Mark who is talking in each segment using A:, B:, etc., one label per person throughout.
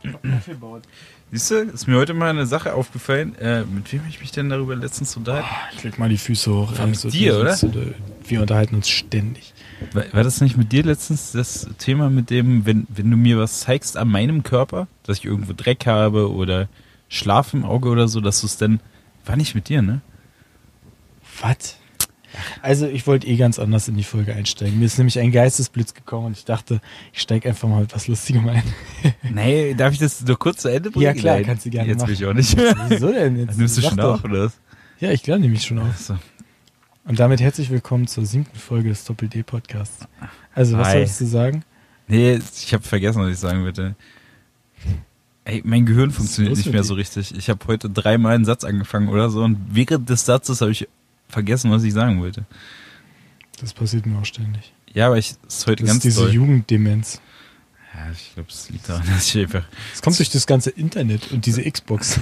A: Kirche baut.
B: Siehst du, ist mir heute mal eine Sache aufgefallen. Äh, mit wem habe ich mich denn darüber letztens unterhalten?
C: Ah, Ich leg mal die Füße hoch.
B: War mit dir, oder?
C: Wir unterhalten uns ständig.
B: War, war das nicht mit dir letztens das Thema mit dem, wenn, wenn du mir was zeigst an meinem Körper, dass ich irgendwo Dreck habe oder Schlaf im Auge oder so, dass du es dann. War nicht mit dir, ne?
C: Was? Also ich wollte eh ganz anders in die Folge einsteigen. Mir ist nämlich ein Geistesblitz gekommen und ich dachte, ich steige einfach mal mit was Lustigem ein.
B: Nee, darf ich das nur kurz zu Ende bringen?
C: Ja, klar,
B: Nein.
C: kannst du gerne
B: Jetzt
C: machen.
B: will ich auch nicht.
C: Wieso denn jetzt?
B: Nimmst du
C: Sag
B: schon
C: doch.
B: auf, oder was? Oh,
C: Ja, ich glaube nämlich schon auf.
B: Achso.
C: Und damit herzlich willkommen zur siebten Folge des Doppel-D-Podcasts. Also was
B: Hi.
C: sollst du sagen?
B: Nee, ich habe vergessen, was ich sagen wollte. Ey, mein Gehirn funktioniert
C: los
B: nicht
C: mit
B: mehr
C: dir?
B: so richtig. Ich habe heute dreimal einen Satz angefangen oder so und während des Satzes habe ich vergessen, was ich sagen wollte.
C: Das passiert mir auch ständig.
B: Ja, aber ich es ist heute
C: Das ist
B: ganz
C: diese
B: toll.
C: Jugenddemenz.
B: Ja, ich glaube, es liegt daran, dass ich einfach,
C: Das kommt durch das ganze Internet und diese Xbox.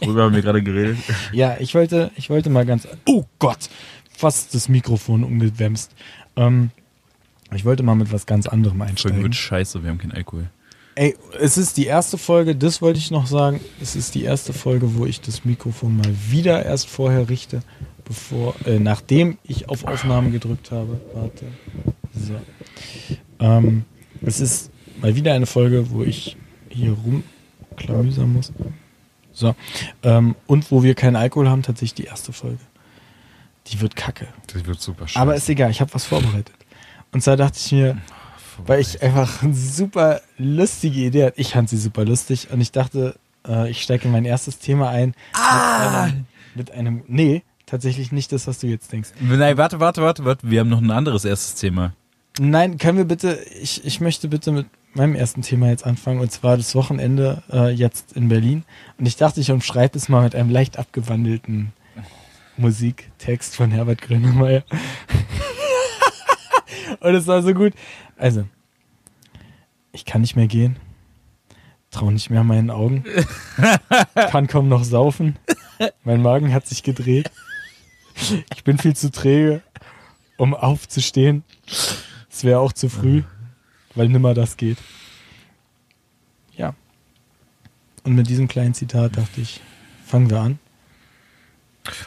B: worüber haben wir gerade geredet?
C: Ja, ich wollte, ich wollte mal ganz. Oh Gott! Fast das Mikrofon umgewämst. Ähm, ich wollte mal mit was ganz anderem einsteigen.
B: Entschuldigung, und scheiße, wir haben keinen Alkohol.
C: Ey, es ist die erste Folge, das wollte ich noch sagen. Es ist die erste Folge, wo ich das Mikrofon mal wieder erst vorher richte, bevor, äh, nachdem ich auf Aufnahme gedrückt habe. Warte. So. Ähm, es ist mal wieder eine Folge, wo ich hier rumklamüsern muss. So. Ähm, und wo wir keinen Alkohol haben, tatsächlich die erste Folge. Die wird kacke.
B: Das wird super scheiße.
C: Aber ist egal, ich habe was vorbereitet. Und zwar dachte ich mir, weil ich einfach eine super lustige Idee hatte. Ich fand sie super lustig und ich dachte, äh, ich steige in mein erstes Thema ein. Ah! Mit einem, mit einem. Nee, tatsächlich nicht das, was du jetzt denkst.
B: Nein, warte, warte, warte, warte. Wir haben noch ein anderes erstes Thema.
C: Nein, können wir bitte. Ich, ich möchte bitte mit meinem ersten Thema jetzt anfangen und zwar das Wochenende äh, jetzt in Berlin. Und ich dachte, ich umschreibe es mal mit einem leicht abgewandelten Musiktext von Herbert Grönemeyer. Und es war so gut. Also, ich kann nicht mehr gehen. Trau nicht mehr meinen Augen. Kann kaum noch saufen. Mein Magen hat sich gedreht. Ich bin viel zu träge, um aufzustehen. Es wäre auch zu früh, weil nimmer das geht. Ja. Und mit diesem kleinen Zitat dachte ich, fangen wir an.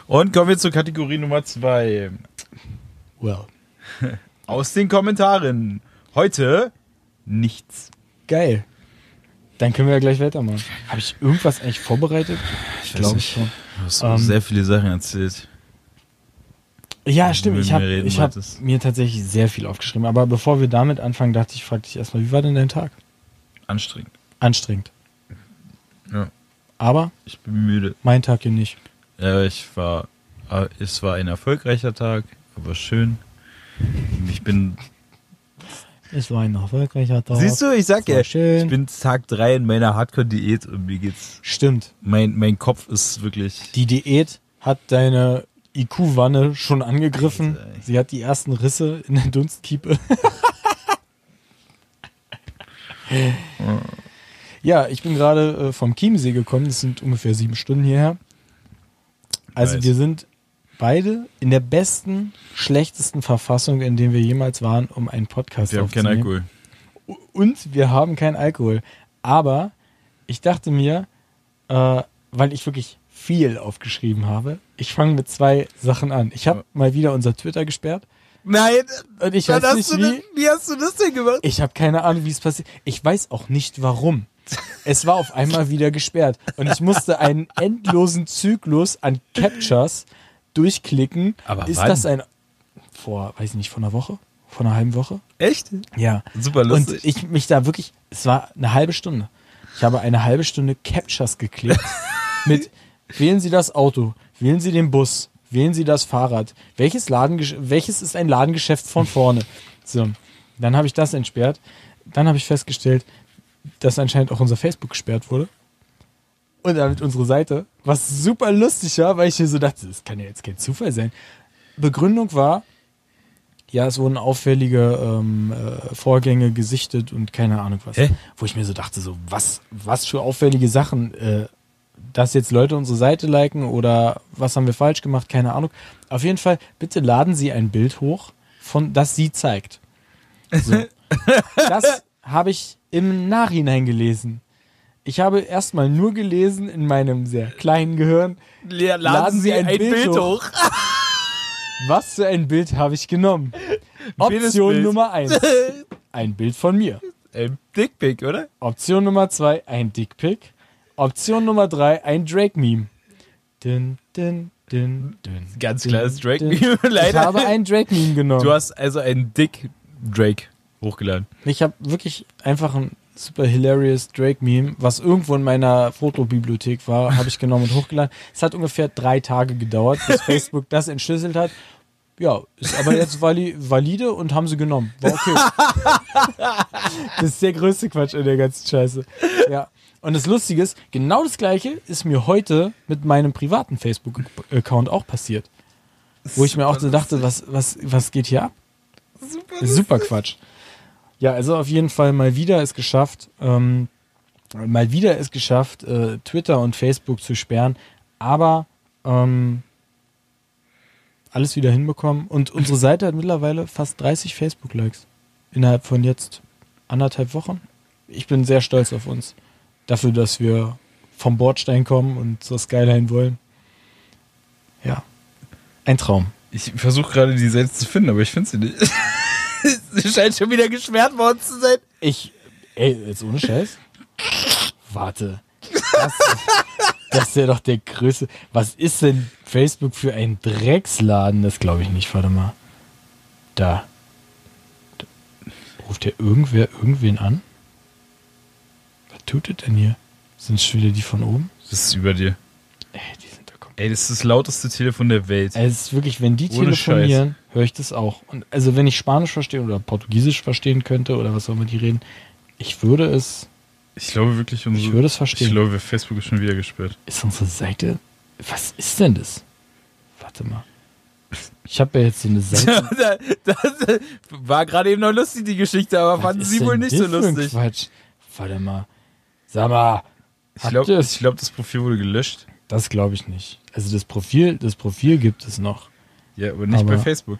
B: Und kommen wir zur Kategorie Nummer zwei.
C: Well.
B: Aus den Kommentaren. Heute nichts.
C: Geil. Dann können wir ja gleich weitermachen. Habe ich irgendwas eigentlich vorbereitet? Ich
B: weiß
C: glaube
B: nicht.
C: schon.
B: Du hast
C: Ähm,
B: sehr viele Sachen erzählt.
C: Ja, stimmt. Ich
B: Wenn
C: habe
B: wir reden
C: ich hab
B: wolltest.
C: mir tatsächlich sehr viel aufgeschrieben. Aber bevor wir damit anfangen, dachte ich, frag dich erstmal, wie war denn dein Tag?
B: Anstrengend.
C: Anstrengend.
B: Ja.
C: Aber
B: Ich bin müde.
C: mein Tag hier nicht.
B: Ja, ich war, äh, es war ein erfolgreicher Tag, aber schön. Ich bin.
C: Es war ein erfolgreicher Tag.
B: Siehst du, ich sag
C: es war
B: ja,
C: schön.
B: ich bin Tag 3 in meiner Hardcore-Diät und mir geht's.
C: Stimmt.
B: Mein, mein Kopf ist wirklich.
C: Die Diät hat deine IQ-Wanne schon angegriffen.
B: Alter, ey.
C: Sie hat die ersten Risse in der Dunstkiepe. ja, ich bin gerade äh, vom Chiemsee gekommen. Das sind ungefähr sieben Stunden hierher. Also
B: Nice.
C: wir sind beide in der besten, schlechtesten Verfassung, in der wir jemals waren, um einen Podcast
B: wir haben keinen
C: aufzunehmen
B: Alkohol.
C: und wir haben keinen Alkohol. Aber ich dachte mir, äh, weil ich wirklich viel aufgeschrieben habe, ich fange mit zwei Sachen an. Ich habe
B: Ja.
C: mal wieder unser Twitter gesperrt
B: Nein!
C: und ich weiß nicht wie.
B: wie hast du das denn gemacht?
C: Ich habe keine Ahnung, wie es passiert. Ich weiß auch nicht warum. Es war auf einmal wieder gesperrt und ich musste einen endlosen Zyklus an Captures durchklicken.
B: Aber
C: ist
B: wann?
C: das ein vor, weiß ich nicht, vor einer Woche, vor einer halben Woche?
B: Echt?
C: Ja.
B: Super lustig.
C: Und ich mich da wirklich, es war eine halbe Stunde. Ich habe eine halbe Stunde Captures geklickt mit wählen Sie das Auto, wählen Sie den Bus, wählen Sie das Fahrrad. Welches Laden welches ist ein Ladengeschäft von vorne? So, dann habe ich das entsperrt. Dann habe ich festgestellt, dass anscheinend auch unser Facebook gesperrt wurde. Und damit unsere Seite, was super lustig war, weil ich mir so dachte, das kann ja jetzt kein Zufall sein. Begründung war, ja, es wurden auffällige ähm, äh, Vorgänge gesichtet und keine Ahnung was.
B: Hä?
C: Wo ich mir so dachte, so was, was für auffällige Sachen, äh, dass jetzt Leute unsere Seite liken oder was haben wir falsch gemacht, keine Ahnung. Auf jeden Fall, bitte laden Sie ein Bild hoch, von das sie zeigt. So. Das habe ich im Nachhinein gelesen. Ich habe erstmal nur gelesen in meinem sehr kleinen Gehirn.
B: Laden,
C: Laden Sie ein Bild hoch. Was für ein Bild habe ich genommen? Option
B: Bild.
C: Nummer 1. Ein Bild von mir.
B: Ein Dickpick, oder?
C: Option Nummer 2, ein Dickpick. Option Nummer 3, ein Drake-Meme. Dün, dün, dün, dün.
B: Ganz
C: dün,
B: klares Drake-Meme,
C: dün. Ich
B: leider.
C: habe ein Drake-Meme genommen.
B: Du hast also einen Dick Drake hochgeladen.
C: ich habe wirklich einfach ein super hilarious Drake-Meme, was irgendwo in meiner Fotobibliothek war, habe ich genommen und hochgeladen. Es hat ungefähr drei Tage gedauert, bis Facebook das entschlüsselt hat. Ja, ist aber jetzt vali valide und haben sie genommen. War okay. das ist der größte Quatsch in der ganzen Scheiße. Ja. Und das Lustige ist, genau das Gleiche ist mir heute mit meinem privaten Facebook-Account auch passiert. Wo ich mir auch so dachte, was, was, was geht hier ab? Super, Super Quatsch. Ja, also auf jeden Fall mal wieder es geschafft, ähm, mal wieder es geschafft, äh, Twitter und Facebook zu sperren, aber ähm, alles wieder hinbekommen. Und unsere Seite hat mittlerweile fast 30 Facebook-Likes innerhalb von jetzt anderthalb Wochen. Ich bin sehr stolz auf uns dafür, dass wir vom Bordstein kommen und zur Skyline wollen. Ja, ein Traum.
B: Ich versuche gerade die selbst zu finden, aber ich finde sie nicht. sie scheint schon wieder gesperrt worden zu sein.
C: Ich. Ey, jetzt ohne Scheiß? Warte. Das, das ist ja doch der größte. Was ist denn Facebook für ein Drecksladen? Das glaube ich nicht. Warte mal. Da. Da. Ruft ja irgendwer irgendwen an? Was tut das denn hier? Sind es schon wieder die von oben?
B: Das ist über dir.
C: Ey, die sind da komplett.
B: Ey, das ist das lauteste Telefon der Welt.
C: Es ist wirklich, wenn die
B: Ohne
C: telefonieren, höre ich das auch. Und also wenn ich Spanisch verstehe oder Portugiesisch verstehen könnte oder was auch immer die reden, ich würde es
B: Ich glaube wirklich,
C: Ich würde es verstehen.
B: Ich glaube, Facebook ist schon wieder gesperrt.
C: Ist unsere Seite. Was ist denn das? Warte mal. Ich habe ja jetzt so eine Seite.
B: das, war gerade eben noch lustig, die Geschichte, aber
C: Was ist denn das für ein Quatsch? Warte mal. Sag mal.
B: Ich
C: habt
B: glaube,
C: ihr es?
B: glaub, das Profil wurde gelöscht.
C: Das glaube ich nicht. Also das Profil, das Profil gibt es noch.
B: Ja, aber nicht
C: Aber-
B: bei Facebook.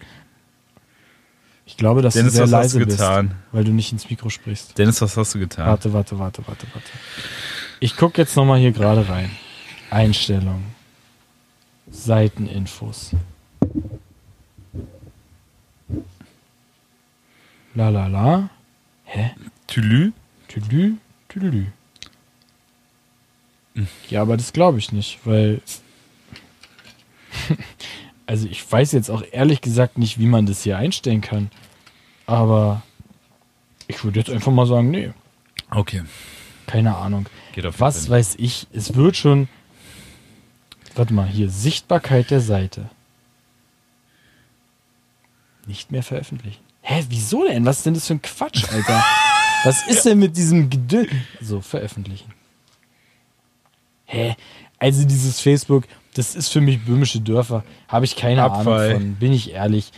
C: Ich glaube, dass
B: Dennis,
C: du sehr
B: was hast
C: leise
B: du
C: bist,
B: getan?
C: weil du nicht ins Mikro sprichst.
B: Dennis, was hast du getan?
C: Warte, warte, warte, warte, warte. Ich gucke jetzt nochmal hier gerade rein. Einstellungen. Seiteninfos. La la la. Hä?
B: Tülü?
C: Tüdelü, tüdelü. Ja, aber das glaube ich nicht, weil. also, ich weiß jetzt auch ehrlich gesagt nicht, wie man das hier einstellen kann. Aber ich würde jetzt einfach mal sagen, nee,
B: Okay.
C: keine Ahnung.
B: Geht auf jeden
C: Was
B: Fall
C: weiß ich, es wird schon. Warte mal, hier, Sichtbarkeit der Seite. Nicht mehr veröffentlichen. Hä, wieso denn? Was ist denn das für ein Quatsch, Alter? Was ist denn mit diesem Gedö So, veröffentlichen. Hä? Also dieses Facebook, das ist für mich böhmische Dörfer. Habe ich keine
B: Abfall.
C: Ahnung von, bin ich ehrlich.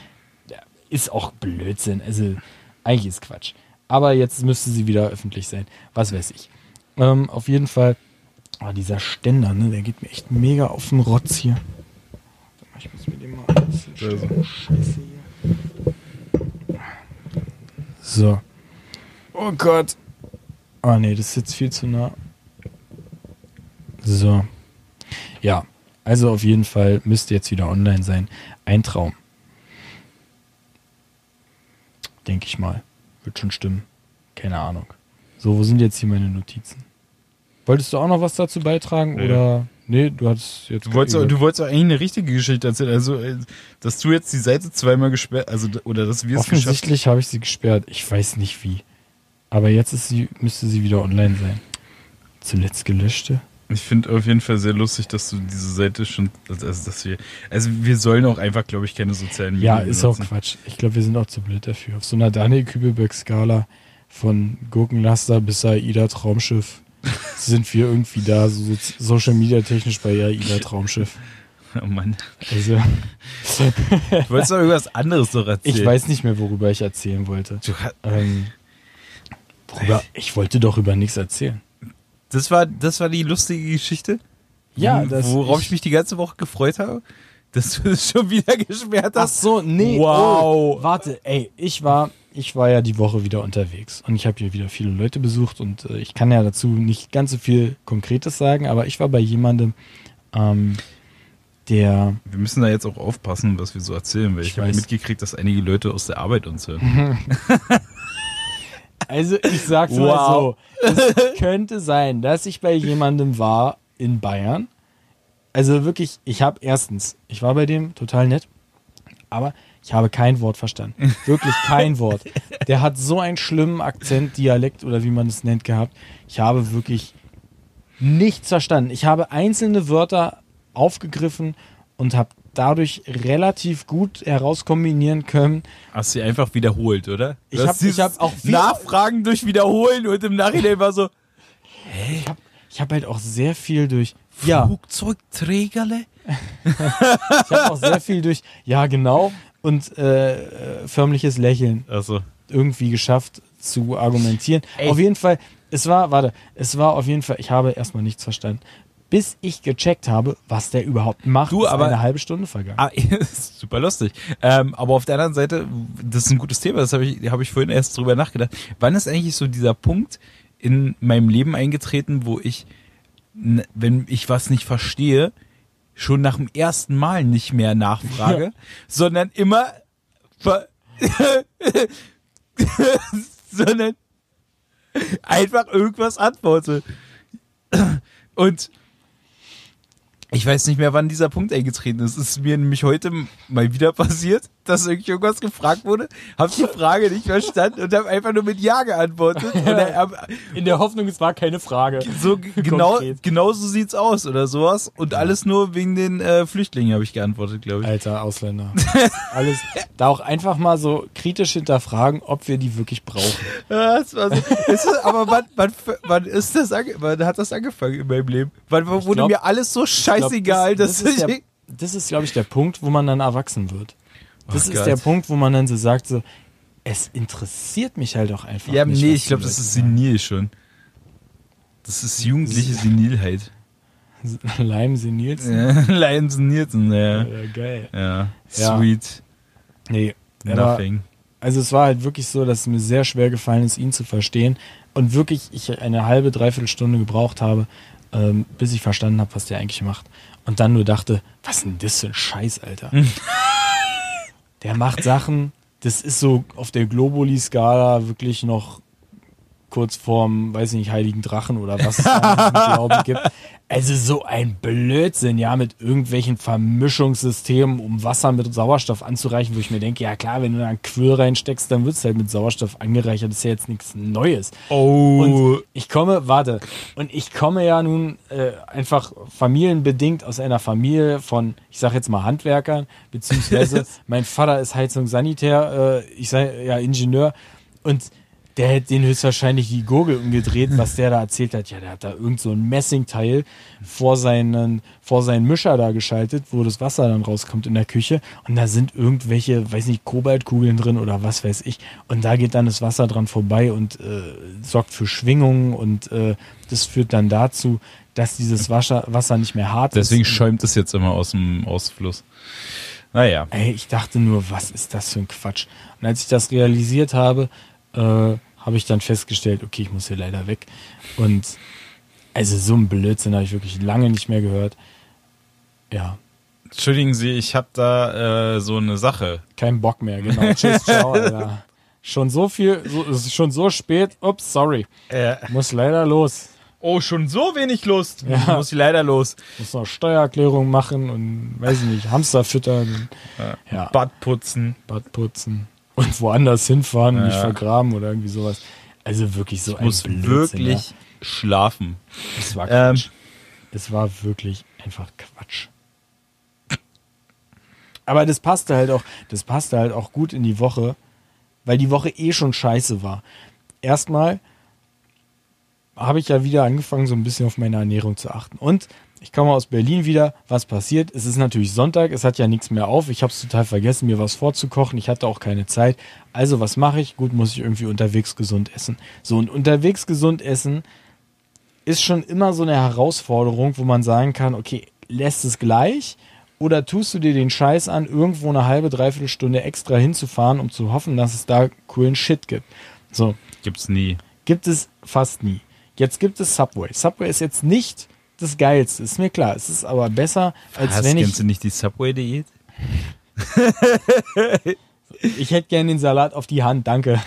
C: Ja, Ist auch Blödsinn. Also, eigentlich ist Quatsch. Aber jetzt müsste sie wieder öffentlich sein. Was weiß ich. Ähm, auf jeden Fall. Oh, dieser Ständer, ne, der geht mir echt mega auf den Rotz hier. Warte mal, Ich muss mir den mal ein bisschen
B: Also.
C: stellen. Scheiße hier. So. Oh Gott. Ah nee, das ist jetzt viel zu nah. So. Ja, also auf jeden Fall müsste jetzt wieder online sein. Ein Traum. Denke ich mal. Wird schon stimmen. Keine Ahnung. So, wo sind jetzt hier meine Notizen? Wolltest du auch noch was dazu beitragen?
B: Nee.
C: Oder. Nee, du hattest jetzt.
B: Du wolltest, auch- du wolltest auch eigentlich eine richtige Geschichte erzählen. Also, äh, dass du jetzt die Seite zweimal gesperrt, also, d- oder dass wir es geschafft
C: Offensichtlich habe ich sie gesperrt. Ich weiß nicht wie. Aber jetzt ist sie, müsste sie wieder online sein. Zuletzt gelöschte.
B: Ich finde auf jeden Fall sehr lustig, dass du diese Seite schon, also, dass wir, also, wir sollen auch einfach, glaube ich, keine sozialen
C: Ja, ist auch
B: benutzen.
C: Quatsch. Ich glaube, wir sind auch zu blöd dafür. Auf so einer Daniel-Kübelberg-Skala von Gurkenlaster bis AIDA Traumschiff sind wir irgendwie da, so, so Social Media technisch bei AIDA Traumschiff.
B: Oh Mann.
C: Also,
B: Du wolltest doch irgendwas anderes noch erzählen.
C: ich weiß nicht mehr, worüber ich erzählen wollte.
B: Du, ha-
C: Ähm, worüber, ich wollte doch über nichts erzählen.
B: das war, das war die lustige Geschichte,
C: Ja,
B: wo-
C: das
B: worauf ich, mich die ganze Woche gefreut habe, dass du es schon wieder gesperrt
C: Ach
B: hast.
C: so, nee.
B: Wow.
C: Oh, warte, ey, ich war, ich war ja die Woche wieder unterwegs und ich habe hier wieder viele Leute besucht und äh, ich kann ja dazu nicht ganz so viel Konkretes sagen, aber ich war bei jemandem, ähm, der
B: Wir müssen da jetzt auch aufpassen, was wir so erzählen, weil ich,
C: Ich
B: habe
C: weiß.
B: mitgekriegt, dass einige Leute aus der Arbeit uns hören.
C: Also ich sag's
B: Wow.
C: mal so. Es könnte sein, dass ich bei jemandem war in Bayern. Also wirklich, ich habe erstens, ich war bei dem total nett, aber ich habe kein Wort verstanden. Wirklich kein Wort. Der hat so einen schlimmen Akzent, Dialekt oder wie man es nennt gehabt. Ich habe wirklich nichts verstanden. Ich habe einzelne Wörter aufgegriffen und habe dadurch relativ gut herauskombinieren können,
B: Hast du sie einfach wiederholt, oder?
C: Ich
B: Du
C: hab-
B: hast dieses
C: ich hab auch viel-
B: Nachfragen durch Wiederholen und im Nachhinein war so
C: Ich habe ich hab halt auch sehr viel durch. Ja,
B: Flugzeugträgerle?
C: ich habe auch sehr viel durch. Ja, genau. Und äh, äh, förmliches Lächeln
B: Also
C: irgendwie geschafft zu argumentieren.
B: Ey.
C: Auf jeden Fall, es war, warte, es war auf jeden Fall, ich habe erstmal nichts verstanden. Bis ich gecheckt habe, was der überhaupt macht,
B: Du,
C: ist
B: aber-
C: eine halbe Stunde vergangen.
B: Ah, ist super lustig. Ähm, aber auf der anderen Seite, das ist ein gutes Thema, das habe ich, habe ich vorhin erst drüber nachgedacht. Wann ist eigentlich so dieser Punkt in meinem Leben eingetreten, wo ich, n- wenn ich was nicht verstehe, schon nach dem ersten Mal nicht mehr nachfrage, sondern immer, ver- sondern einfach irgendwas antworte. Und ich weiß nicht mehr, wann dieser Punkt eingetreten ist. Es ist mir nämlich heute mal wieder passiert, dass irgendwie irgendwas gefragt wurde, habe die Frage nicht verstanden und habe einfach nur mit Ja geantwortet. Und hab,
C: In der Hoffnung, es war keine Frage.
B: so g- genau,
C: Konkret.
B: genau so sieht's aus oder sowas. Und alles nur wegen den äh, Flüchtlingen habe ich geantwortet, glaube ich.
C: Alter, Ausländer. Alles, da auch einfach mal so kritisch hinterfragen, ob wir die wirklich brauchen.
B: Ja, das war so. Es ist, aber wann, wann, wann, ist das ange, wann hat das angefangen in meinem Leben? Wann wurde
C: glaub-
B: mir alles so
C: glaub,
B: scheißegal,
C: das, das
B: dass
C: ist
B: ich.
C: der, das ist, glaube ich, der Punkt, wo man dann erwachsen wird. Das
B: Ach
C: ist
B: Oh Gott.
C: der Punkt, wo man dann so sagt, so, es interessiert mich halt auch einfach.
B: Ja,
C: nicht,
B: nee,
C: was
B: ich
C: die
B: glaube,
C: Leute
B: das ist
C: sagen.
B: senil schon. Das ist jugendliche Senilheit.
C: Leim senilsten.
B: Lions Nielsen, ja.
C: Ja, geil.
B: ne? ja.
C: Ja.
B: Sweet.
C: Nee, aber,
B: Nothing.
C: also es war halt wirklich so, dass es mir sehr schwer gefallen ist, ihn zu verstehen. Und wirklich, ich eine halbe, dreiviertel Stunde gebraucht habe, ähm, bis ich verstanden habe, was der eigentlich macht. Und dann nur dachte, was denn das für ein Scheiß, Alter? der macht Sachen, das ist so auf der Globuli-Skala wirklich noch kurz vorm, weiß ich nicht, Heiligen Drachen oder was es da im Glauben gibt. Also so ein Blödsinn, ja, mit irgendwelchen Vermischungssystemen, um Wasser mit Sauerstoff anzureichen, wo ich mir denke, ja klar, wenn du da einen Quill reinsteckst, dann wird es halt mit Sauerstoff angereichert. Das ist ja jetzt nichts Neues.
B: Oh.
C: Und ich komme, warte, und ich komme ja nun äh, einfach familienbedingt aus einer Familie von, ich sag jetzt mal Handwerkern, beziehungsweise mein Vater ist Heizung Sanitär, äh, ich sei ja Ingenieur und der hätte den höchstwahrscheinlich die Gurgel umgedreht, was der da erzählt hat. Ja, der hat da irgend so ein Messingteil vor seinen, vor seinen Mischer da geschaltet, wo das Wasser dann rauskommt in der Küche. Und da sind irgendwelche, weiß nicht, Kobaltkugeln drin oder was weiß ich. Und da geht dann das Wasser dran vorbei und äh, sorgt für Schwingungen und äh, das führt dann dazu, dass dieses Wasser, Wasser nicht mehr hart
B: Deswegen
C: ist.
B: schäumt es jetzt immer aus dem Ausfluss. Naja.
C: Ey, ich dachte nur, was ist das für ein Quatsch? Und als ich das realisiert habe, äh, habe ich dann festgestellt, okay, ich muss hier leider weg. Und also so einen Blödsinn habe ich wirklich lange nicht mehr gehört. Ja,
B: Entschuldigen Sie, ich habe da äh, so eine Sache.
C: kein Bock mehr, genau. Tschüss, ciao, Alter. Schon so viel, so, es ist schon so spät. Ups, sorry.
B: Äh,
C: Muss leider los.
B: oh, schon so wenig Lust.
C: Ja.
B: Muss ich leider los.
C: Muss noch Steuererklärung machen und weiß ich nicht, Hamster füttern. Ja.
B: Bad putzen.
C: Bad putzen und woanders hinfahren und
B: Ja.
C: nicht vergraben oder irgendwie sowas. Also wirklich so ein
B: Muss
C: Blödsinn,
B: wirklich schlafen.
C: Ja. Es war
B: Ähm.
C: Quatsch. Es war wirklich einfach Quatsch. Aber das passte halt auch, das passte halt auch gut in die Woche, weil die Woche eh schon scheiße war. Erstmal habe ich ja wieder angefangen, so ein bisschen auf meine Ernährung zu achten. Und ich komme aus Berlin wieder. Was passiert? Es ist natürlich Sonntag, es hat ja nichts mehr auf. Ich habe es total vergessen, mir was vorzukochen. Ich hatte auch keine Zeit. Also, was mache ich? Gut, muss ich irgendwie unterwegs gesund essen. So, und unterwegs gesund essen ist schon immer so eine Herausforderung, wo man sagen kann, okay, lässt es gleich Oder tust du dir den Scheiß an, irgendwo eine halbe, dreiviertel Stunde extra hinzufahren, um zu hoffen, dass es da coolen Shit gibt? So,
B: Gibt's nie.
C: gibt es fast nie. Jetzt gibt es Subway. Subway ist jetzt nicht das Geilste, ist mir klar. Es ist aber besser, als
B: Hast,
C: wenn ich.
B: kennst du nicht die Subway-Diät?
C: Ich hätte gern den Salat auf die Hand, danke.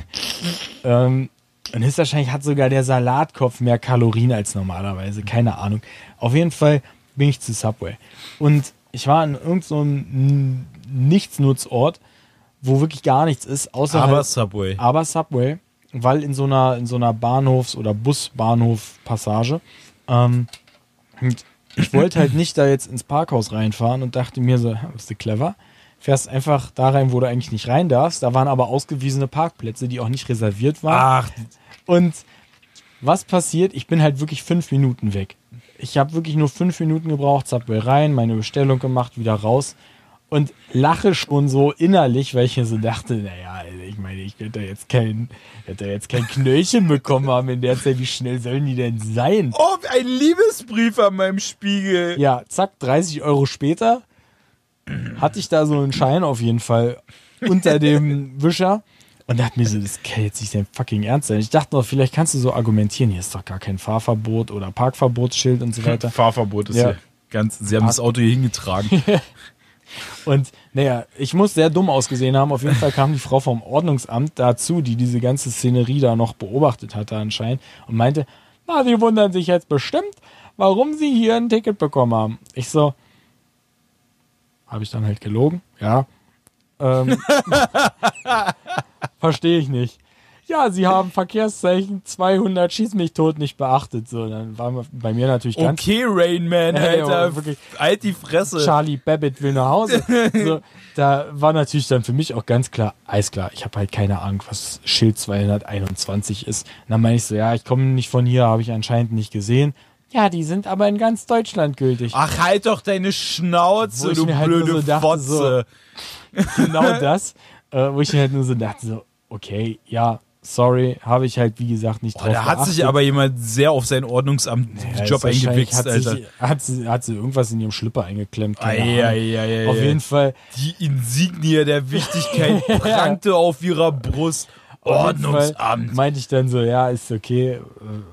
C: Ähm, und höchstwahrscheinlich hat sogar der Salatkopf mehr Kalorien als normalerweise, keine Ahnung. Auf jeden Fall bin ich zu Subway. Und ich war in irgendeinem so einem Nichtsnutzort, wo wirklich gar nichts ist, außer
B: Aber
C: halt-
B: Subway.
C: aber Subway, weil in so einer, in so einer Bahnhofs- oder Busbahnhof-Passage. Ähm, und ich wollte halt nicht da jetzt ins Parkhaus reinfahren und dachte mir so, "Ha, bist du clever? Fährst einfach da rein, wo du eigentlich nicht rein darfst. Da waren aber ausgewiesene Parkplätze, die auch nicht reserviert waren.
B: Ach,
C: Und was passiert? Ich bin halt wirklich fünf Minuten weg. Ich habe wirklich nur fünf Minuten gebraucht, Subway rein, meine Bestellung gemacht, wieder raus und lache schon so innerlich, weil ich mir so dachte, naja, also ich meine, ich könnte da jetzt kein, hätte da jetzt kein Knöllchen bekommen haben in der Zeit. Wie schnell sollen die denn sein?
B: Oh, ein Liebesbrief an meinem Spiegel.
C: Ja, zack, 30 Euro später hatte ich da so einen Schein auf jeden Fall unter dem Wischer und dachte mir so, das kann jetzt nicht dein fucking Ernst sein. Ich dachte noch, vielleicht kannst du so argumentieren, hier ist doch gar kein Fahrverbot oder Parkverbotsschild und so weiter.
B: Fahrverbot ist
C: Ja. Ah.
B: ja. hier. Ganz, sie haben das Auto hier hingetragen.
C: Und naja, ich muss sehr dumm ausgesehen haben. Auf jeden Fall kam die Frau vom Ordnungsamt dazu, die diese ganze Szenerie da noch beobachtet hatte anscheinend und meinte, na, sie wundern sich jetzt bestimmt, warum sie hier ein Ticket bekommen haben. Ich so, habe ich dann halt gelogen? Ja. Ähm, Verstehe ich nicht. Ja, sie haben Verkehrszeichen 200, schieß mich tot, nicht beachtet. So, dann waren wir bei mir natürlich ganz
B: Okay, Rainman,
C: Ey,
B: Alter.
C: oh, wirklich.
B: Halt die Fresse.
C: Charlie Babbitt will nach Hause. So, da war natürlich dann für mich auch ganz klar, eisklar, ich habe halt keine Ahnung, was Schild 221 ist. Und dann meine ich so, ja, ich komme nicht von hier, habe ich anscheinend nicht gesehen. Ja, die sind aber in ganz Deutschland gültig.
B: Ach, halt doch deine
C: Wo
B: Schnauze,
C: ich
B: du
C: mir halt nur
B: blöde
C: so dachte,
B: Fotze.
C: so- Genau das, äh, wo ich halt nur so dachte, so, okay, ja, sorry, habe ich halt, wie gesagt, nicht
B: Boah,
C: drauf
B: da hat sich
C: geachtet.
B: aber jemand sehr auf sein Ordnungsamt
C: Ja,
B: Job
C: ist wahrscheinlich-
B: eingewichst,
C: hat
B: Alter.
C: Sich, hat, sie, hat sie irgendwas in ihrem Schlipper eingeklemmt. Keine
B: Ei,
C: Ahnung.
B: ei, ei, ei,
C: Auf
B: ei.
C: jeden Fall
B: Die Insignie der Wichtigkeit prangte auf ihrer Brust.
C: Auf jeden Fall
B: Ordnungsamt.
C: Meinte ich dann so, ja, ist okay. äh,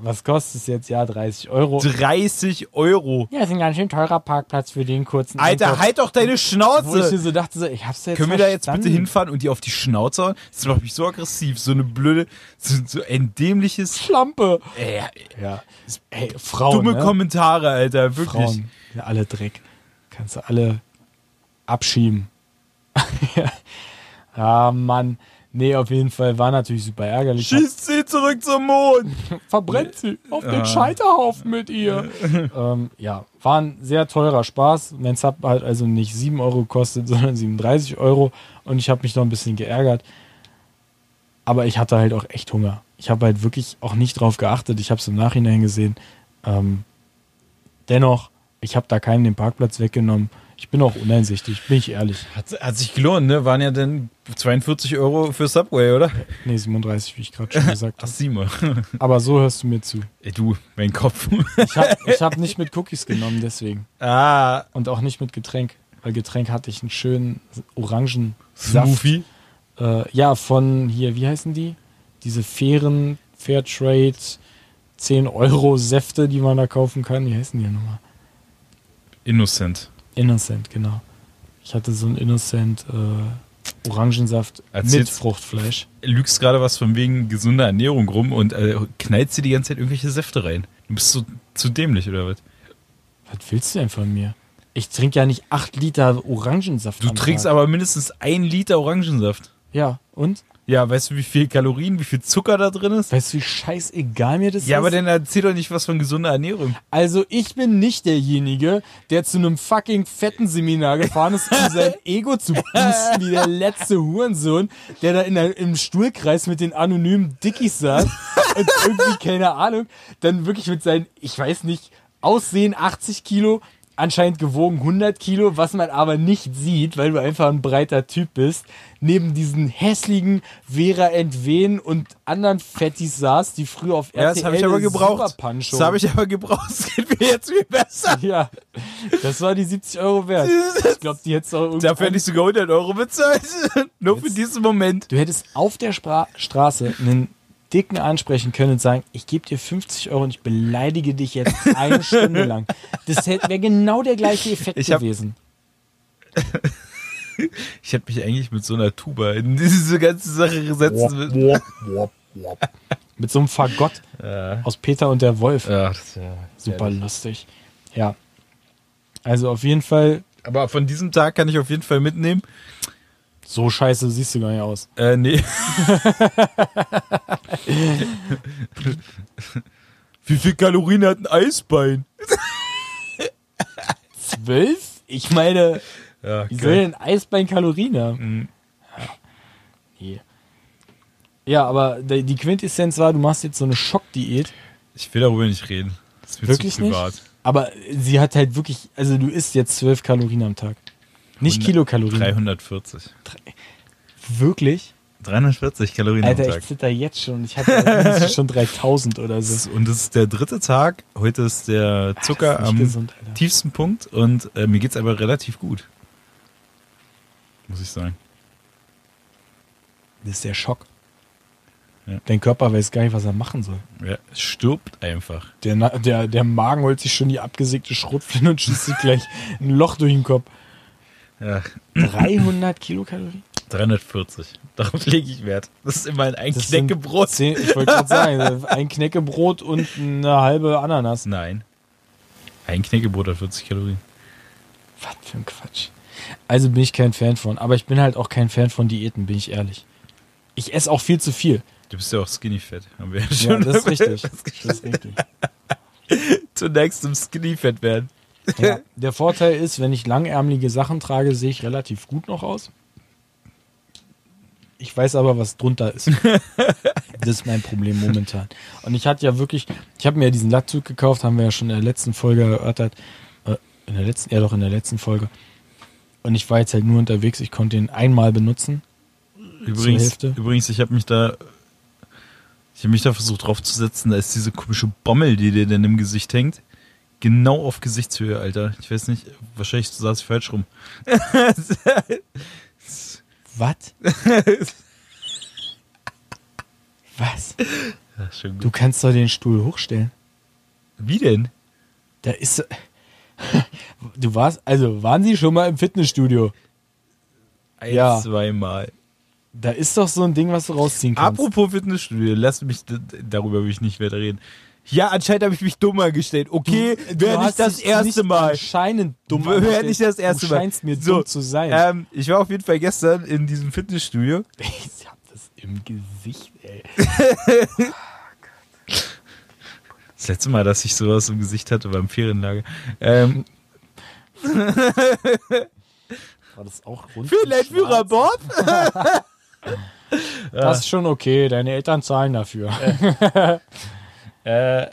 C: Was kostet es jetzt? Ja, 30 Euro.
B: 30 Euro.
C: Ja, ist ein ganz schön teurer Parkplatz für den kurzen
B: Alter,
C: Einkauf.
B: halt doch deine
C: Wo ich mir
B: Schnauze.
C: so dachte, so, ich hab's jetzt
B: Können wir da jetzt bitte
C: verstanden.
B: hinfahren und die auf die Schnauze hauen? Das macht mich so aggressiv. So eine blöde, so, so ein dämliches.
C: Schlampe.
B: Äh,
C: Ja. Ey, Frauen,
B: dumme
C: ne?
B: Kommentare, Alter. Wirklich.
C: Frauen. Ja, alle Dreck. Kannst du alle abschieben. ah, Mann. Nee, auf jeden Fall war natürlich super ärgerlich.
B: Schießt sie zurück zum Mond.
C: verbrennt sie auf den Scheiterhaufen mit ihr. ähm, ja, war ein sehr teurer Spaß. Mein Sub hat also nicht 7 Euro gekostet, sondern 37 Euro. Und ich habe mich noch ein bisschen geärgert. Aber ich hatte halt auch echt Hunger. Ich habe halt wirklich auch nicht drauf geachtet. Ich habe es im Nachhinein gesehen. Ähm, dennoch, ich habe da keinen den Parkplatz weggenommen. Ich bin auch uneinsichtig, bin ich ehrlich.
B: Hat, hat sich gelohnt, ne? Waren ja dann 42 Euro für Subway, oder?
C: Nee, 37, wie ich gerade schon gesagt
B: Ach,
C: habe.
B: sieh mal.
C: Aber so hörst du mir zu.
B: Ey, du, mein Kopf.
C: Ich habe ich hab nicht mit Cookies genommen, deswegen.
B: ah,
C: Und auch nicht mit Getränk, weil Getränk hatte ich einen schönen orangen
B: Smoothie.
C: Äh, ja, von hier, wie heißen die? Diese fairen Fairtrade 10 Euro Säfte, die man da kaufen kann. Wie heißen die nochmal?
B: Innocent.
C: Innocent, genau. Ich hatte so einen Innocent äh, Orangensaft mit
B: Erzähl's.
C: Fruchtfleisch.
B: Lügst gerade was von wegen gesunder Ernährung rum und äh, knallst dir die ganze Zeit irgendwelche Säfte rein. Du bist so zu dämlich, oder was?
C: Was willst du denn von mir? Ich trinke ja nicht 8 Liter Orangensaft.
B: Du
C: am
B: trinkst
C: Tag.
B: aber mindestens ein Liter Orangensaft.
C: Ja, und?
B: Ja, weißt du, wie viel Kalorien, wie viel Zucker da drin ist?
C: Weißt du, wie scheißegal mir das
B: Ja,
C: ist?
B: aber dann erzähl doch nicht was von gesunder Ernährung.
C: Also ich bin nicht derjenige, der zu einem fucking fetten Seminar gefahren ist, um sein Ego zu boosten, wie der letzte Hurensohn, der da in der, im Stuhlkreis mit den anonymen Dickies saß und irgendwie, keine Ahnung, dann wirklich mit seinen, ich weiß nicht, Aussehen 80 Kilo, anscheinend gewogen 100 Kilo, was man aber nicht sieht, weil du einfach ein breiter Typ bist, neben diesen hässlichen Vera Entwen und anderen Fettis saß, die früher auf
B: Ja, das habe ich aber
C: eine
B: gebraucht.
C: Superpunch-Show-
B: Das habe ich aber gebraucht. Es geht mir jetzt viel besser.
C: Ja, das war die 70 Euro wert. Ich glaube, die hättest du auch irgendwo
B: Dafür hätte ich sogar 100 Euro bezahlt. Nur für
C: Jetzt-
B: diesen Moment.
C: Du hättest auf der Spra Straße einen Dicken ansprechen können und sagen, ich gebe dir 50 Euro und ich beleidige dich jetzt eine Stunde lang. Das wäre genau der gleiche Effekt
B: Ich hab-
C: gewesen.
B: Ich hätte mich eigentlich mit so einer Tuba in diese ganze Sache setzen müssen.
C: Mit so einem Fagott
B: Ja.
C: aus Peter und der Wolf.
B: Ach, das ist ja
C: Super lustig. Ja. Also auf jeden Fall,
B: Aber von diesem Tag kann ich auf jeden Fall mitnehmen.
C: so scheiße siehst du gar nicht aus.
B: Äh, nee. Wie viel Kalorien hat ein Eisbein?
C: Zwölf? Ich meine,
B: Ja,
C: wie soll denn Eisbein Kalorien haben?
B: Mhm.
C: Ja. Nee. Ja, aber die die Quintessenz war, du machst jetzt so eine Schockdiät.
B: Ich will darüber nicht reden. Das ist mir
C: Wirklich
B: zu privat.
C: nicht. Aber sie hat halt wirklich, also du isst jetzt zwölf Kalorien am Tag. Nicht
B: 100
C: Kilokalorien.
B: 340.
C: Wirklich?
B: 340 Kalorien Genau am
C: Alter,
B: Tag.
C: ich zitter jetzt schon. Ich hatte mindestens schon 3000 oder so.
B: Das- Und das ist der dritte Tag. Heute ist der Zucker
C: Ah, das ist nicht
B: am
C: gesund, Alter.
B: tiefsten Punkt und äh, mir geht's aber relativ gut. Muss ich sagen.
C: Das ist der Schock.
B: Ja.
C: Dein Körper weiß gar nicht, was er machen soll.
B: Ja, es stirbt einfach.
C: Der, Na- der, der Magen holt sich schon die abgesägte Schrotflinte und schießt sich gleich ein Loch durch den Kopf.
B: Ja,
C: 300 Kilokalorien?
B: 340. Darauf lege ich Wert. Das ist immer ein
C: Das sind
B: Knäckebrot.
C: zehn- Ich wollte gerade sagen, ein Knäckebrot und eine halbe Ananas.
B: Nein. Ein Knäckebrot hat 40 Kalorien.
C: Was für ein Quatsch. Also bin ich kein Fan von. Aber ich bin halt auch kein Fan von Diäten, bin ich ehrlich. Ich esse auch viel zu viel.
B: Du bist ja auch skinny fett. Haben wir ja
C: Ja,
B: schon
C: das ist richtig. Das ist richtig.
B: zunächst im skinny fett werden.
C: Ja. Der Vorteil ist, wenn ich langärmelige Sachen trage, sehe ich relativ gut noch aus. Ich weiß aber, was drunter ist. Das ist mein Problem momentan. Und ich hatte ja wirklich, ich habe mir ja diesen Latzug gekauft, haben wir ja schon in der letzten Folge erörtert. Äh, In der letzten, ja doch, in der letzten Folge. Und ich war jetzt halt nur unterwegs, ich konnte ihn einmal benutzen.
B: Übrigens,
C: Hälfte.
B: übrigens ich habe mich da ich habe mich da versucht draufzusetzen, da ist diese komische Bommel, die dir denn im Gesicht hängt. Genau auf Gesichtshöhe, Alter. Ich weiß nicht, wahrscheinlich saß ich falsch rum.
C: Was? was?
B: Ja, schön
C: Du kannst doch den Stuhl hochstellen.
B: Wie denn?
C: Da ist. Du warst, also waren Sie schon mal im Fitnessstudio?
B: Ein,
C: Ja.
B: zweimal.
C: Da ist doch so ein Ding, was du rausziehen kannst.
B: Apropos Fitnessstudio, lass mich, d- d- darüber will ich nicht mehr reden. Ja, anscheinend habe ich mich dummer gestellt. Okay,
C: Du
B: wäre nicht
C: hast
B: das
C: dich
B: erste
C: nicht
B: Mal.
C: Anscheinend dumm.
B: Wäre
C: angestellt.
B: nicht das erste
C: du
B: Mal.
C: scheinst mir
B: So,
C: dumm zu sein.
B: Ähm, ich war auf jeden Fall gestern in diesem Fitnessstudio
C: Ich hab das im Gesicht, ey.
B: Das letzte Mal, dass ich sowas im Gesicht hatte beim Ferienlager. Ähm,
C: War das auch rund? und
B: Ferienleitführer
C: schwarz?
B: Bob?
C: Das ist schon okay, deine Eltern zahlen dafür.
B: Äh,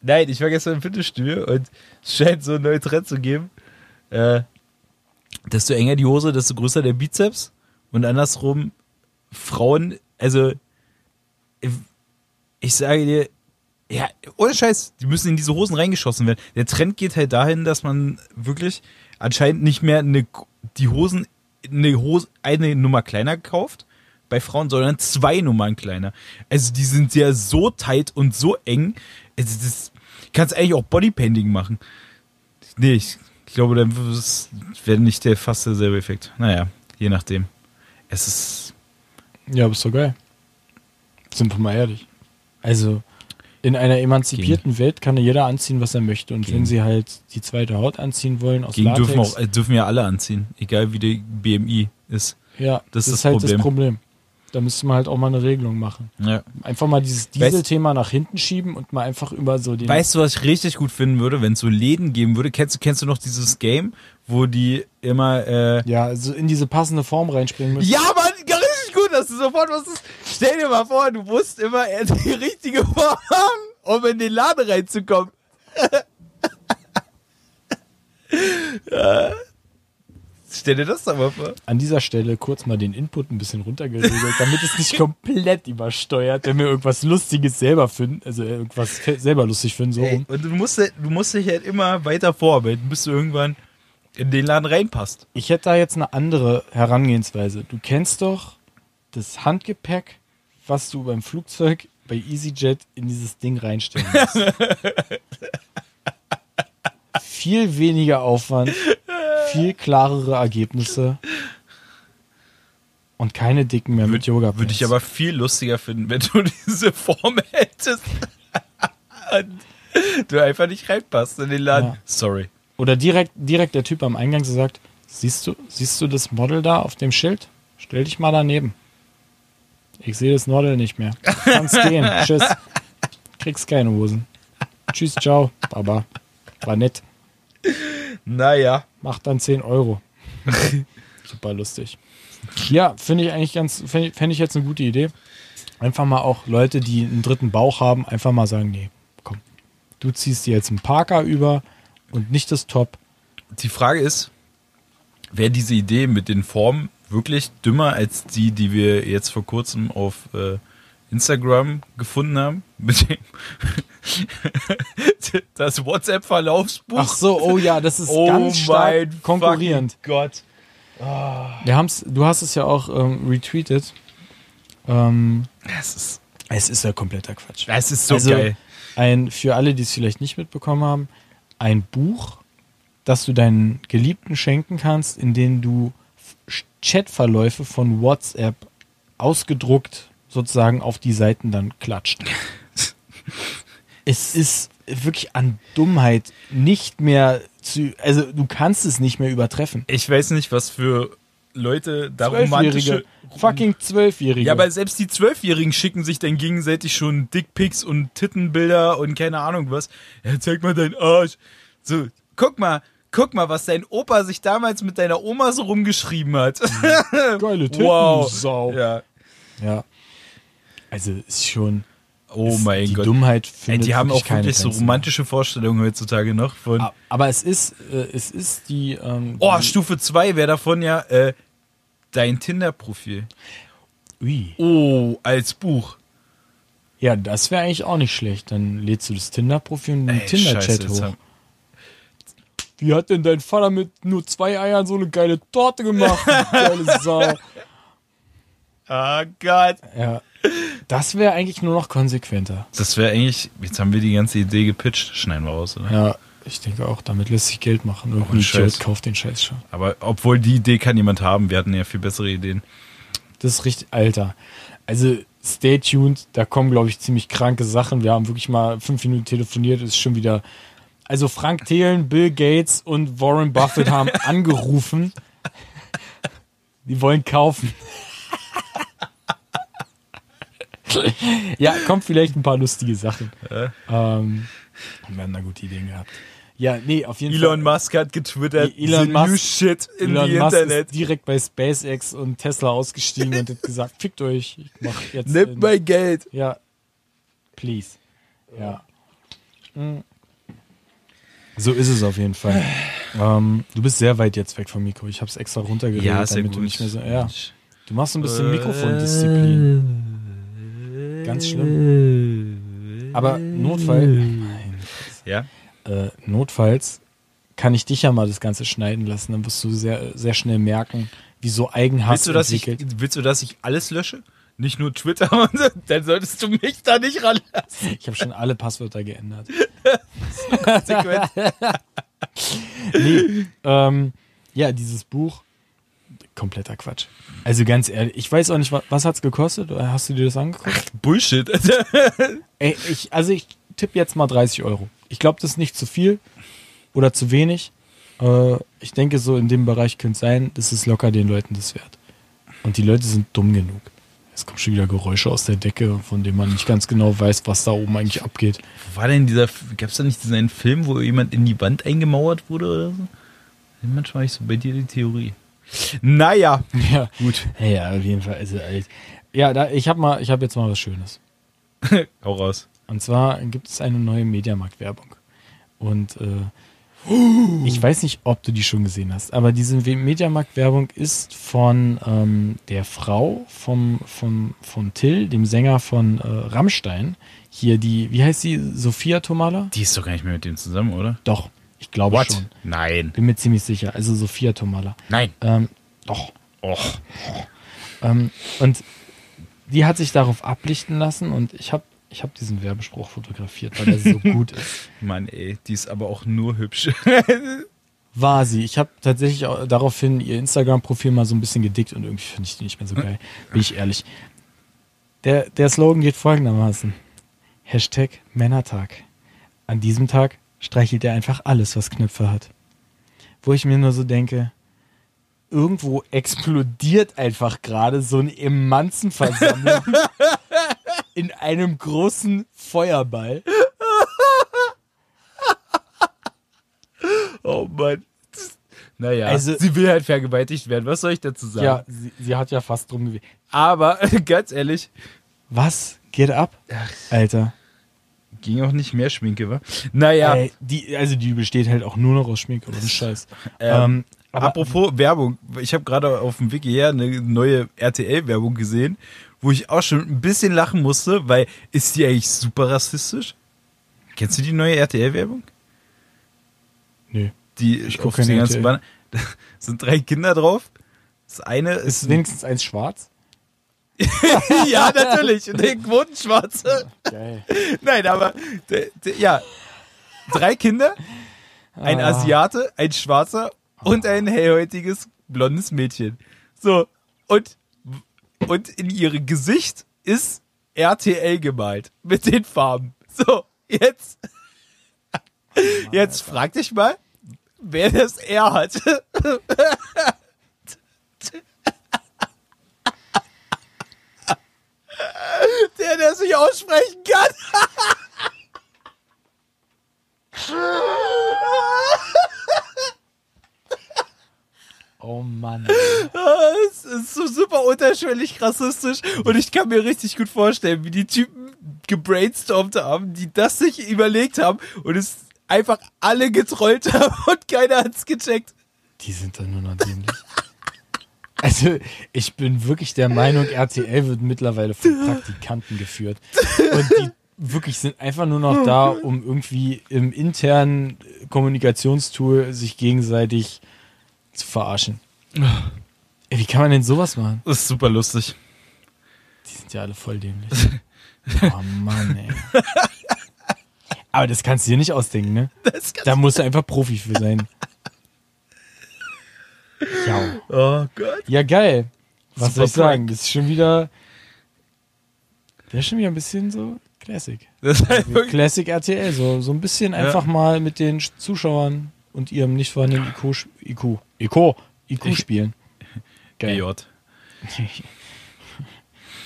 B: nein, ich war gestern im Fitnessstudio und es scheint so einen neuen Trend zu geben. Äh, desto enger die Hose, desto größer der Bizeps. Und andersrum, Frauen, also ich sage dir, ja, ohne Scheiß, die müssen in diese Hosen reingeschossen werden. Der Trend geht halt dahin, dass man wirklich anscheinend nicht mehr eine, die Hosen eine, Hose, eine Nummer kleiner kauft bei Frauen, sondern zwei Nummern kleiner. Also die sind ja so tight und so eng. Also das kannst eigentlich auch Bodypainting machen. Nee, ich glaube, dann w- es wäre nicht der fast derselbe Effekt. Naja, je nachdem. Es ist
C: Ja, bist doch geil. Sind wir mal ehrlich. Also, in einer emanzipierten Welt kann ja jeder anziehen, was er möchte. Und
B: Ging.
C: wenn sie halt die zweite Haut anziehen wollen, aus
B: Gegen
C: Latex,
B: dürfen, auch, äh, dürfen ja alle anziehen, egal wie die BMI ist.
C: ja,
B: das
C: das,
B: ist
C: ist
B: das
C: halt
B: Problem.
C: das Problem. Da müsste man halt auch mal eine Regelung machen.
B: Ja.
C: Einfach mal dieses
B: Weißt-
C: Diesel-Thema nach hinten schieben und mal einfach über so den.
B: Weißt du, was ich richtig gut finden würde, wenn es so Läden geben würde? Kennst du, kennst du noch dieses Game, wo die immer. Äh
C: ja, also in diese passende Form reinspringen müssen.
B: ja, Mann, richtig gut, dass du sofort was ist. Stell dir mal vor, du musst immer äh, die richtige Form, um in den Laden reinzukommen. Stell dir das doch mal vor.
C: An dieser Stelle kurz mal den Input ein bisschen runtergeregelt, damit es nicht komplett übersteuert, wenn wir irgendwas Lustiges selber finden, also irgendwas selber lustig finden, so
B: Ey,
C: rum.
B: und du musst, halt- du musst dich halt immer weiter vorarbeiten, bis du irgendwann in den Laden reinpasst.
C: Ich hätte da jetzt eine andere Herangehensweise. Du kennst doch das Handgepäck, was du beim Flugzeug bei EasyJet in dieses Ding reinstellen musst. viel weniger Aufwand, viel klarere Ergebnisse und keine dicken mehr mit yoga
B: Würde ich aber viel lustiger finden, wenn du diese Form hättest. und du einfach nicht reinpasst in den Laden.
C: Ja.
B: Sorry.
C: Oder direkt, direkt der Typ am Eingang so sagt, siehst du, siehst du das Model da auf dem Schild? Stell dich mal daneben. Ich sehe das Model nicht mehr. Kannst gehen. Tschüss. Kriegst keine Hosen. Tschüss, ciao. Baba. War nett.
B: Naja.
C: Macht dann 10 Euro. Super lustig. Ja, finde ich eigentlich ganz, fände ich- fänd ich jetzt eine gute Idee. Einfach mal auch Leute, die einen dritten Bauch haben, einfach mal sagen, nee, komm, du ziehst dir jetzt einen Parker über und nicht das Top.
B: Die Frage ist, wäre diese Idee mit den Formen wirklich dümmer als die, die wir jetzt vor kurzem auf äh, Instagram gefunden haben? Mit dem das WhatsApp-Verlaufsbuch.
C: Ach so, oh ja, das ist
B: Oh
C: ganz
B: mein
C: stark konkurrierend.
B: fucking Gott.
C: Wir haben's, du hast es ja auch ähm, retweetet. Ähm,
B: Es ist,
C: es ist ja kompletter Quatsch.
B: es ist so
C: also,
B: geil.
C: Ein, für alle, die es vielleicht nicht mitbekommen haben, ein Buch, das du deinen Geliebten schenken kannst, in dem du F- Chatverläufe von WhatsApp ausgedruckt sozusagen auf die Seiten dann klatscht. es ist wirklich an Dummheit nicht mehr zu, also du kannst es nicht mehr übertreffen.
B: Ich weiß nicht, was für Leute da romantische.
C: Zwölfjährige, fucking Zwölfjährige.
B: Ja, aber selbst die Zwölfjährigen schicken sich dann gegenseitig schon Dickpics und Tittenbilder und keine Ahnung was. Ja, zeig mal deinen Arsch. So, guck mal, guck mal, was dein Opa sich damals mit deiner Oma so rumgeschrieben hat.
C: geile Titten,
B: wow.
C: Sau. Ja.
B: Ja.
C: Also ist schon,
B: Oh
C: ist,
B: mein
C: die
B: Gott.
C: Dummheit
B: Ey,
C: findet
B: die haben auch
C: keine
B: wirklich so
C: Grenzen Ah. mehr.
B: romantische Vorstellungen heutzutage noch von.
C: A- Aber es ist, äh, es ist die. Ähm,
B: Oh,
C: die,
B: Stufe 2 wäre davon ja äh, dein Tinder-Profil.
C: Ui.
B: Oh, als Buch.
C: Ja, das wäre eigentlich auch nicht schlecht. Dann lädst du das Tinder-Profil und einen
B: Ey,
C: Tinder-Chat
B: scheiße, jetzt
C: hoch.
B: haben-
C: Wie hat denn dein Vater mit nur zwei Eiern so eine geile Torte gemacht? du Geile Sau.
B: Ah Gott.
C: Ja. Das wäre eigentlich nur noch konsequenter.
B: Das wäre eigentlich, jetzt haben wir die ganze Idee gepitcht, schneiden wir raus, oder?
C: Ja, ich denke auch, damit lässt sich Geld machen. Irgendein
B: Oh, Scheiß.
C: Idiot kauft den Scheiß schon.
B: Aber obwohl die Idee kann jemand haben, wir hatten ja viel bessere Ideen.
C: Das ist richtig, Alter. Also stay tuned, da kommen, glaube ich, ziemlich kranke Sachen. Wir haben wirklich mal fünf Minuten telefoniert, ist schon wieder. Also Frank Thelen, Bill Gates und Warren Buffett haben angerufen. Die wollen kaufen. ja, kommt vielleicht ein paar lustige Sachen. Ähm, wir haben da gute Ideen gehabt. Ja, nee, auf jeden Fall.
B: Elon Musk hat getwittert,
C: Elon
B: the
C: Musk-
B: new shit in
C: Elon
B: the
C: Musk
B: Internet.
C: ist direkt bei SpaceX und Tesla ausgestiegen und hat gesagt, fickt euch, ich mach jetzt. in-
B: Nimm mein Geld.
C: ja. Please. Ja. Mm. So ist es auf jeden Fall. ähm, du bist sehr weit jetzt weg vom Mikro. Ich habe es extra runtergeredet, damit du nicht mehr so. Ja. Du machst ein bisschen Mikrofondisziplin. Ganz schlimm. Aber Notfall. Nein.
B: Ja?
C: Äh, notfalls kann ich dich ja mal das Ganze schneiden lassen. Dann wirst du sehr, sehr schnell merken, wie so Eigenhass
B: Willst du, dass ich,
C: entwickelt.
B: willst du, dass ich alles lösche? Nicht nur Twitter und so? Dann solltest du mich da nicht ranlassen.
C: Ich, ich habe schon alle Passwörter geändert.
B: Konsequenz.
C: nee, ähm, ja, dieses Buch, kompletter Quatsch. Also ganz ehrlich, ich weiß auch nicht, wa- was hat's gekostet? Oder Hast du dir das angeguckt?
B: Bullshit.
C: Ey, ich, also ich tippe jetzt mal 30 Euro. Ich glaube, das ist nicht zu viel oder zu wenig. Äh, ich denke, so in dem Bereich könnte es sein, das ist locker den Leuten das wert. Und die Leute sind dumm genug. Es kommen schon wieder Geräusche aus der Decke, von denen man nicht ganz genau weiß, was da oben eigentlich abgeht.
B: Wo war denn dieser, gab es da nicht diesen einen Film, wo jemand in die Wand eingemauert wurde oder so? Manchmal habe ich so bei dir die Theorie. Naja,
C: Ja,
B: gut.
C: ja auf jeden Fall. Also, ey. ja, da, ich habe mal, ich habe jetzt mal was Schönes.
B: Hau raus.
C: Und zwar gibt es eine neue Mediamarkt-Werbung. Und äh, Ich weiß nicht, ob du die schon gesehen hast, aber diese Mediamarkt-Werbung ist von ähm, der Frau vom, vom, von Till, dem Sänger von äh, Rammstein. Hier die, wie heißt sie? Sophia Tomala?
B: Die ist doch gar nicht mehr mit dem zusammen, oder?
C: Doch, ich glaube schon.
B: Nein.
C: Bin mir ziemlich sicher. Also Sophia Tomala.
B: Nein.
C: Ähm, doch.
B: Och.
C: Ähm, und die hat sich darauf ablichten lassen und ich habe ich hab diesen Werbespruch fotografiert, weil er so gut ist.
B: Mann, ey, die ist aber auch nur hübsch.
C: War sie. Ich habe tatsächlich auch daraufhin ihr Instagram-Profil mal so ein bisschen gedickt und irgendwie finde ich die nicht mehr so geil. Bin ich ehrlich. Der, der Slogan geht folgendermaßen. Hashtag Männertag. An diesem Tag streichelt er einfach alles, was Knöpfe hat. Wo ich mir nur so denke, irgendwo explodiert einfach gerade so eine Emanzenversammlung in einem großen Feuerball.
B: Oh Mann. Naja,
C: Also-
B: sie will halt vergewaltigt werden. Was soll ich dazu sagen?
C: Ja, sie, sie hat ja fast drum gewe-
B: Aber ganz ehrlich,
C: Was geht ab, Alter?
B: ging auch nicht mehr Schminke, wa? Naja,
C: Ey, die, also die besteht halt auch nur noch aus Schminke und Scheiß. ähm,
B: Ähm, aber apropos Werbung, ich habe gerade auf dem Wiki her eine neue RTL-Werbung gesehen, wo ich auch schon ein bisschen lachen musste, weil ist die eigentlich super rassistisch? Kennst du die neue RTL-Werbung?
C: nö.
B: Die
C: guck
B: auf
C: keine
B: den ganzen
C: RTL.
B: Banner, da sind drei Kinder drauf. Das eine ist,
C: Ist wenigstens eins schwarz?
B: ja natürlich, und der Quotenschwarze.
C: Geil.
B: Nein, aber der- der- ja, drei Kinder, ein
C: Ah.
B: Asiate, ein Schwarzer und ein hellhäutiges blondes Mädchen. So und und in ihrem Gesicht ist RTL gemalt mit den Farben. So jetzt jetzt frag dich mal, wer das R hat. Der, der sich aussprechen kann.
C: Oh Mann.
B: Es ist so super unterschwellig rassistisch und ich kann mir richtig gut vorstellen, wie die Typen gebrainstormt haben, die das sich überlegt haben und es einfach alle getrollt haben und keiner hat's gecheckt.
C: Die sind dann nur noch dämlich. Also, ich bin wirklich der Meinung, RTL wird mittlerweile von Praktikanten geführt. Und die wirklich sind einfach nur noch da, um irgendwie im internen Kommunikationstool sich gegenseitig zu verarschen. Ey, wie kann man denn sowas machen?
B: Das ist super lustig.
C: Die sind ja alle voll dämlich. Oh Mann, ey. Aber das kannst du dir nicht ausdenken, ne?
B: Das kann
C: Da musst du einfach Profi für sein. Ja.
B: oh Gott.
C: Ja, geil. Was
B: Super
C: soll ich
B: Prank.
C: sagen? Das ist schon wieder. Der ist schon wieder ein bisschen so Classic.
B: Das ist halt wirklich
C: Classic RTL, so, so ein bisschen einfach mal mit den Sch- Zuschauern und ihrem nicht vorhandenen IQ, sch- IQ, IQ, IQ
B: Ich-
C: spielen. Geil.
B: Idiot.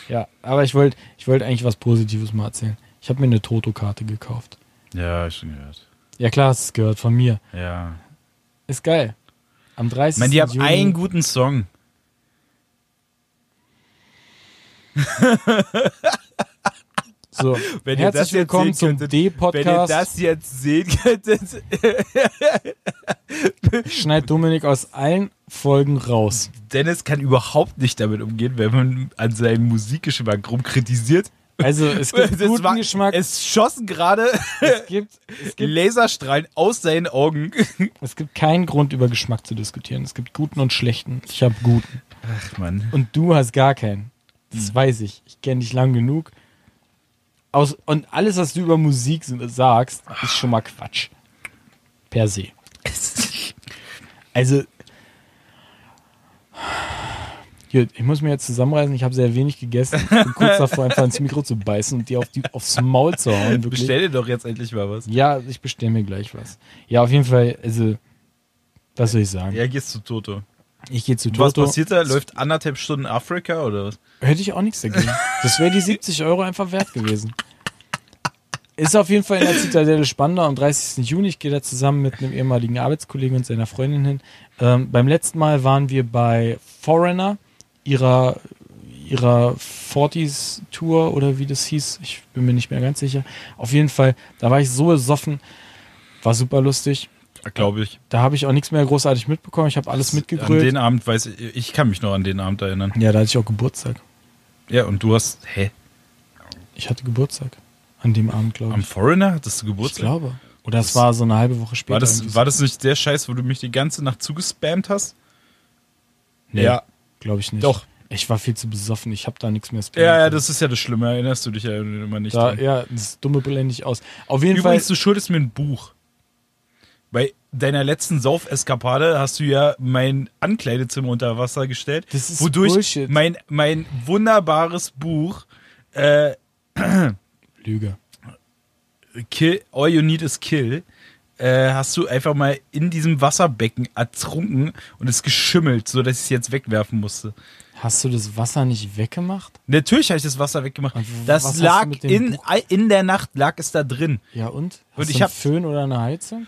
C: Ja, aber ich wollte ich wollte eigentlich was Positives mal erzählen. Ich habe mir eine Toto-Karte gekauft.
B: Ja, ich schon gehört.
C: Ja klar, es gehört von mir.
B: Ja.
C: Ist geil. Am 30.
B: Ich meine, die haben
C: Juni,
B: einen guten Song.
C: so,
B: Wenn ihr
C: herzlich
B: das jetzt
C: willkommen
B: sehen
C: zum
B: könntet, Wenn ihr
C: D-Podcast.
B: das jetzt sehen könntet,
C: schneidet Dominik aus allen Folgen raus.
B: Dennis kann überhaupt nicht damit umgehen, wenn man an seinem Musikgeschmack rumkritisiert.
C: Also es gibt
B: Das
C: guten
B: war-
C: Geschmack, es,
B: Es schossen gerade
C: gibt, es, gibt,
B: Laserstrahlen aus seinen Augen.
C: es gibt keinen Grund, über Geschmack zu diskutieren. Es gibt guten und schlechten. Ich habe guten.
B: Ach man.
C: Und du hast gar keinen.
B: Hm.
C: Das weiß ich. Ich kenne dich lang genug. Aus, und alles, was du über Musik s- sagst,
B: Ah.
C: ist schon mal Quatsch. Per se. Also. Gut, ich muss mir jetzt zusammenreißen. Ich habe sehr wenig gegessen. Ich bin kurz davor, einfach ins Mikro zu beißen und dir auf die, aufs Maul zu hauen. Wirklich.
B: Bestell dir doch jetzt endlich mal was.
C: Ja, ich bestelle mir gleich was. Ja, auf jeden Fall, also, was soll ich sagen?
B: Ja, gehst zu Toto.
C: Ich gehe zu
B: Was
C: Toto.
B: passiert da? Läuft anderthalb Stunden Afrika oder was?
C: Hätte ich auch nichts dagegen. Das wäre die 70 Euro einfach wert gewesen. Ist auf jeden Fall in der Zitadelle Spandau am 30. Juni. Ich gehe da zusammen mit einem ehemaligen Arbeitskollegen und seiner Freundin hin. Ähm, beim letzten Mal waren wir bei Foreigner, ihrer, ihrer 40s Tour oder wie das hieß. Ich bin mir nicht mehr ganz sicher. Auf jeden Fall, da war ich so besoffen. War super lustig.
B: Glaube ich.
C: Da habe ich auch nichts mehr großartig mitbekommen. Ich habe alles
B: An
C: mitgegrölt.
B: den Abend weiß ich, ich kann mich noch an den Abend erinnern.
C: Ja, da hatte ich auch Geburtstag.
B: Ja, und du hast, hä,
C: Ich hatte Geburtstag an dem Abend, glaube
B: am
C: ich.
B: Foreigner hattest du
C: Ich
B: Geburtstag?
C: glaube. Oder es war so eine halbe Woche später.
B: War
C: irgendwie
B: das,
C: so.
B: war das nicht der Scheiß, wo du mich die ganze Nacht zugespammt hast?
C: Nee,
B: Ja.
C: Glaube ich nicht.
B: Doch.
C: Ich war viel zu besoffen. Ich habe da nichts mehr.
B: Ja, ja, das ist ja das Schlimme, erinnerst du dich ja immer nicht
C: da,
B: dran.
C: ja, das dumme blende ich aus. Auf jeden
B: Übrigens,
C: Fall.
B: du schuldest mir ein Buch. Bei deiner letzten Saufeskapade hast du ja mein Ankleidezimmer unter Wasser gestellt,
C: Das ist
B: wodurch
C: Bullshit.
B: mein mein wunderbares Buch äh,
C: Lüge.
B: Kill, All You Need Is Kill äh, hast du einfach mal in diesem Wasserbecken ertrunken und es geschimmelt, so dass ich es jetzt wegwerfen musste.
C: Hast du das Wasser nicht weggemacht?
B: Natürlich habe ich das Wasser weggemacht.
C: Und w- was
B: Das
C: hast du
B: lag
C: mit dem
B: in in der Nacht lag es da drin.
C: Ja, und? Hast
B: Und
C: du
B: ich
C: einen
B: hab-
C: Föhn oder eine Heizung?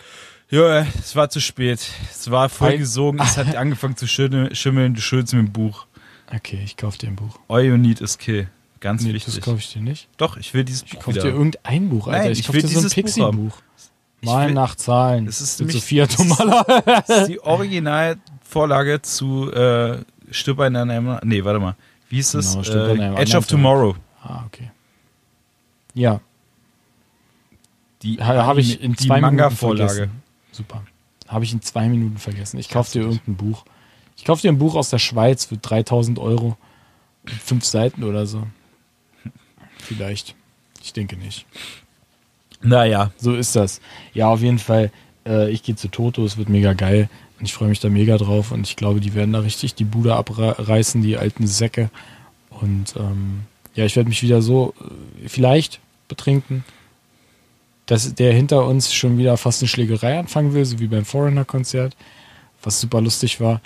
B: Ja, es war zu spät. Es war vollgesogen,
C: Ei-
B: es hat angefangen zu schimmeln, schimmeln du schuldest mir ein Buch.
C: Okay, ich kauf dir ein Buch.
B: All you need is kill. Ganz
C: Nee, das
B: wichtig.
C: kaufe ich dir nicht.
B: Doch, ich will dieses
C: Ich
B: Buch
C: kauf dir
B: wieder.
C: irgendein Buch, Alter.
B: Nein,
C: ich
B: ich
C: kauf
B: will
C: dir so ein
B: dieses Buch haben.
C: Pixie-Buch. Mal
B: will-
C: nach Zahlen.
B: Das ist
C: mit
B: nämlich-
C: Sophia
B: das ist-
C: Tomala.
B: Das ist die Originalvorlage zu äh, Stirb an einem... Nee, warte mal. Wie hieß das?
C: Genau, Stirb an einem
B: äh, Edge
C: anderen
B: of
C: Tag.
B: Tomorrow.
C: ah, okay. Ja,
B: Die
C: ha- habe ich in
B: die
C: zwei Minuten
B: Manga-Vorlage.
C: vergessen. Super. Habe ich in zwei Minuten vergessen. Ich kauf dir irgendein Buch. Ich kauf dir ein Buch aus der Schweiz für 3000 Euro. Fünf Seiten oder so. Vielleicht. Ich denke nicht.
B: Naja,
C: So ist das. Ja, auf jeden Fall. Äh, ich gehe zu Toto, es wird mega geil. Und ich freue mich da mega drauf. Und ich glaube, die werden da richtig die Bude abreißen, die alten Säcke. Und ähm, ja, ich werde mich wieder so äh, vielleicht betrinken, dass der hinter uns schon wieder fast eine Schlägerei anfangen will, so wie beim Foreigner-Konzert, was super lustig war.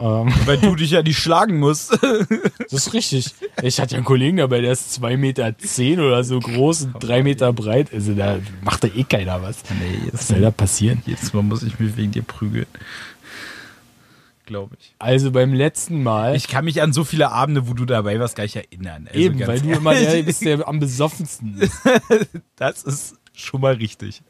C: Ähm,
B: weil du dich ja nicht schlagen musst.
C: das ist richtig. Ich hatte ja einen Kollegen dabei, der ist 2,10 Meter zehn oder so groß und 3 Meter breit. Also da macht da eh keiner was.
B: nee,
C: Was soll da passieren?
B: Jetzt mal muss ich mich wegen dir prügeln. Glaube ich.
C: Also beim letzten Mal,
B: Ich kann mich an so viele Abende, wo du dabei warst, gar nicht erinnern. Also
C: eben,
B: ganz
C: weil du
B: ehrlich.
C: immer der bist, der am besoffensten ist.
B: Das ist schon mal richtig.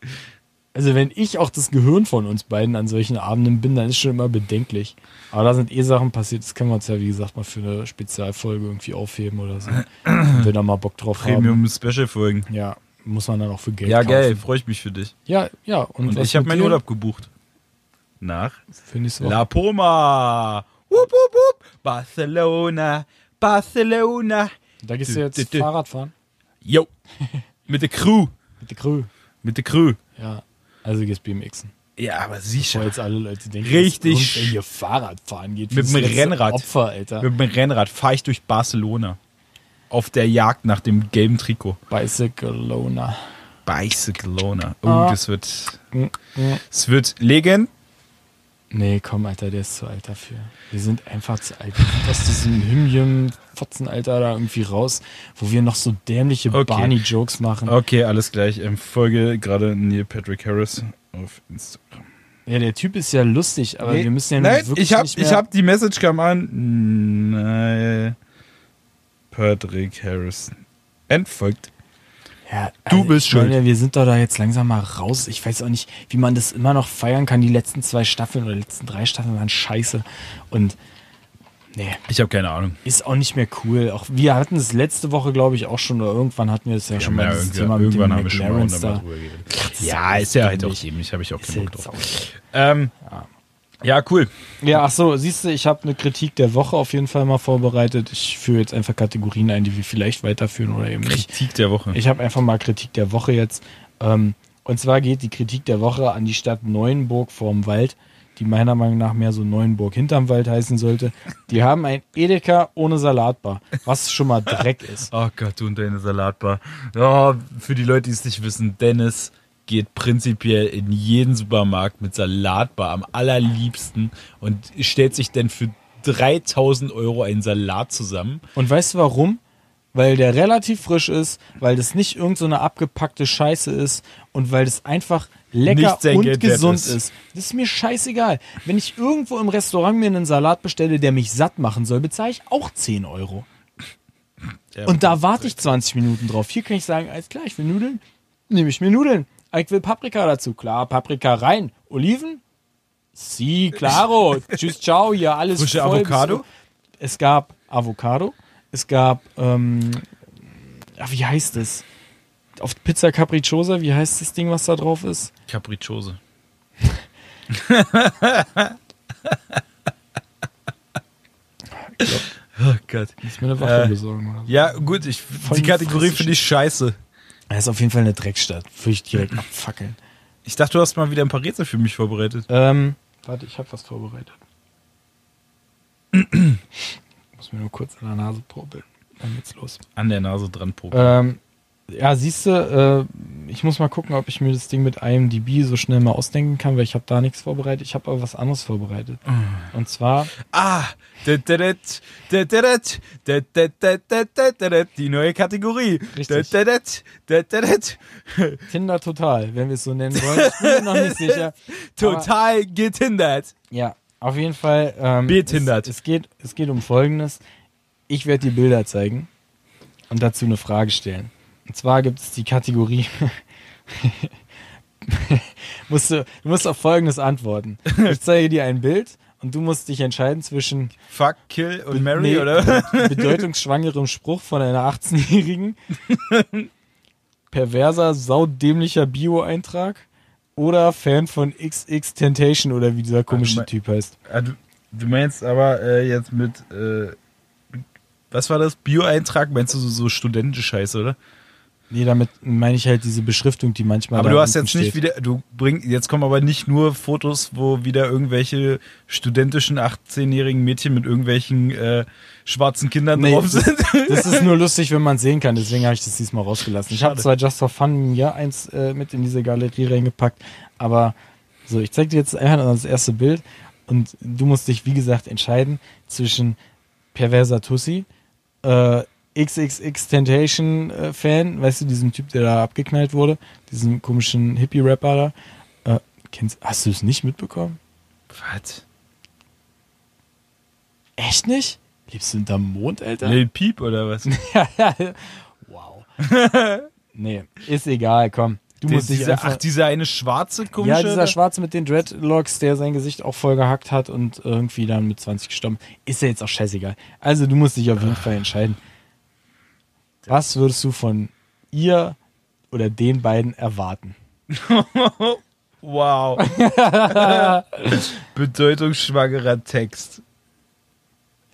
C: Also wenn ich auch das Gehirn von uns beiden an solchen Abenden bin, dann ist schon immer bedenklich. Aber da sind eh Sachen passiert, das können wir uns ja, wie gesagt, mal für eine Spezialfolge irgendwie aufheben oder so. Wenn da mal Bock drauf haben.
B: Premium-Special-Folgen.
C: Ja, muss man dann auch für Geld
B: Ja,
C: kaufen.
B: geil, freue ich mich für dich.
C: Ja, ja. Und,
B: Und
C: was
B: ich habe
C: mit
B: meinen
C: dir?
B: Urlaub gebucht. Nach
C: Für nächste Woche.
B: La Poma. Wupp, wupp, wupp. Barcelona, Barcelona.
C: Da gehst du
B: Dü,
C: jetzt
B: dü, dü.
C: Fahrrad fahren.
B: Yo. Mit der Crew.
C: Mit der Crew.
B: Mit der Crew.
C: Ja. Also gehst BMXen.
B: Ja, aber
C: Bevor
B: sicher.
C: jetzt alle Leute denken,
B: Richtig
C: dass irgendwer hier Fahrrad fahren geht.
B: Mit
C: Das
B: dem
C: ist letzte
B: Rennrad.
C: Opfer, Alter.
B: Mit dem Rennrad fahre ich durch Barcelona. Auf der Jagd nach dem gelben Trikot.
C: Bicycleona.
B: Bicyclona. Oh,
C: Ah. mm.
B: das wird. Es wird legend.
C: Nee, komm, Alter, der ist zu alt dafür. Wir sind einfach zu alt. Wir sind aus diesem Hymnium Fotzenalter da irgendwie raus, wo wir noch so dämliche
B: Okay.
C: Barney-Jokes machen.
B: Okay, alles gleich. Ähm, Folge gerade Neil Patrick Harris auf Instagram.
C: Ja, der Typ ist ja lustig, aber
B: Nee,
C: wir müssen ja nun
B: Nein,
C: wirklich
B: ich hab,
C: nicht mehr...
B: ich hab die Message kam an. Nein. Patrick Harris. Entfolgt.
C: ja, also,
B: du bist
C: ich meine,
B: schuld.
C: Wir sind doch da jetzt langsam mal raus. Ich weiß auch nicht, wie man das immer noch feiern kann. Die letzten zwei Staffeln oder die letzten drei Staffeln waren scheiße. Und nee,
B: Ich habe keine Ahnung.
C: ist auch nicht mehr cool. Auch wir hatten es letzte Woche, glaube ich, auch schon, oder irgendwann hatten wir es ja, schon mal dieses
B: irgendwie-
C: Thema mit
B: irgendwann
C: dem
B: haben wir schon mal
C: McLarens
B: unter
C: da.
B: drüber geredet. Ja, ist ja halt auch dämlich. Habe ich auch
C: Ist
B: keinen Bock
C: jetzt
B: drauf.
C: auch-
B: Ähm, ja, cool.
C: Ja, ach so, siehst du, ich habe eine Kritik der Woche auf jeden Fall mal vorbereitet. Ich führe jetzt einfach Kategorien ein, die wir vielleicht weiterführen oder eben nicht.
B: Kritik der Woche.
C: Ich habe einfach mal Kritik der Woche jetzt. Ähm, und zwar geht die Kritik der Woche an die Stadt Neuenburg vorm Wald, die meiner Meinung nach mehr so Neuenburg hinterm Wald heißen sollte. Die haben ein Edeka ohne Salatbar, was schon mal Dreck ist.
B: Oh Gott, du und deine Salatbar. Oh, für die Leute, die es nicht wissen, Dennis geht prinzipiell in jeden Supermarkt mit Salatbar am allerliebsten und stellt sich dann für 3000 Euro einen Salat zusammen.
C: Und weißt du warum? Weil der relativ frisch ist, weil das nicht irgendeine so eine abgepackte Scheiße ist und weil das einfach lecker
B: Nicht sein
C: und
B: Geld wert
C: gesund
B: ist.
C: ist. Das ist mir scheißegal. Wenn ich irgendwo im Restaurant mir einen Salat bestelle, der mich satt machen soll, bezahle ich auch 10 Euro.
B: Ja,
C: Und da warte ich 20 Minuten drauf. Hier kann ich sagen, alles klar, ich will Nudeln, nehme ich mir Nudeln. Ich will Paprika dazu. Klar, Paprika rein. Oliven? Sie, claro. Tschüss, ciao, hier alles
B: Frische
C: voll bis-
B: Avocado?
C: Es gab Avocado. Es gab, ähm, ah, wie heißt es? Auf Pizza Capricciosa, wie heißt das Ding, was da drauf ist?
B: Capricciose. oh Gott.
C: Muss mir eine Waffe
B: Äh,
C: besorgen oder so.
B: Ja, gut, ich, die Kategorie
C: Fresse
B: finde ich scheiße.
C: Das ist auf jeden Fall eine Dreckstadt. Würde ich direkt abfackeln.
B: Ich dachte, du hast mal wieder ein paar Rätsel für mich vorbereitet.
C: Ähm, warte, ich habe was vorbereitet. Muss mir nur kurz an der Nase probeln. Dann geht's los.
B: An der Nase dran proben.
C: Ähm, ja, siehst du, äh, ich muss mal gucken, ob ich mir das Ding mit IMDb so schnell mal ausdenken kann, weil ich habe da nichts vorbereitet. Ich habe aber was anderes vorbereitet. Und zwar,
B: Ah! da, da, da, da, da, da, da, da, da, da, da, da, da, Die neue Kategorie.
C: Richtig.
B: Da, da, da, da, da, da.
C: Tinder Total, wenn wir es so nennen wollen. Ich bin mir noch nicht sicher.
B: Total getindert.
C: Ja, auf jeden Fall. Ähm,
B: Betindert.
C: Es, es, geht, es geht um Folgendes. Ich werde die Bilder zeigen und dazu eine Frage stellen. Und zwar gibt es die Kategorie. musst du, du musst auf Folgendes antworten. Ich zeige dir ein Bild und du musst dich entscheiden zwischen
B: Fuck, kill und marry,
C: nee,
B: oder?
C: bedeutungsschwangerem Spruch von einer 18-Jährigen, perverser, saudämlicher Bio-Eintrag oder Fan von XX Temptation oder wie dieser komische
B: mal.
C: Typ heißt.
B: Ah, du, du meinst aber äh, jetzt mit, äh, was war das? Bio-Eintrag? Meinst du so, so studentische Scheiße, oder?
C: Nee, damit meine ich halt diese Beschriftung, die manchmal.
B: Aber
C: da
B: du hast
C: unten
B: jetzt nicht
C: steht.
B: wieder, du bringst, jetzt kommen aber nicht nur Fotos, wo wieder irgendwelche studentischen 18-jährigen Mädchen mit irgendwelchen äh, schwarzen Kindern
C: Nee,
B: drauf sind.
C: Das ist nur lustig, wenn man sehen kann, deswegen habe ich das diesmal rausgelassen. Ich habe
B: Schade.
C: zwar Just for Fun mir eins äh, mit in diese Galerie reingepackt, aber so, ich zeig dir jetzt einfach nur das erste Bild und du musst dich, wie gesagt, entscheiden zwischen perverser Tussi, äh, XXX Temptation äh, Fan, weißt du, diesem Typ, der da abgeknallt wurde, diesem komischen Hippie-Rapper da. Äh, kennst, hast du es nicht mitbekommen?
B: Was?
C: Echt nicht? Lebst du hinterm Mond, Alter?
B: Lil Peep oder was?
C: wow. nee, ist egal, komm. Du
B: Die-
C: musst dich
B: diese,
C: einfach...
B: ach, dieser eine schwarze komische.
C: ja, dieser Schwarze mit den Dreadlocks, der sein Gesicht auch voll gehackt hat und irgendwie dann mit 20 gestorben. Ist ja jetzt auch scheißegal. Also du musst dich auf jeden Fall entscheiden. Was würdest du von ihr oder den beiden erwarten?
B: wow. Bedeutungsschwangerer Text.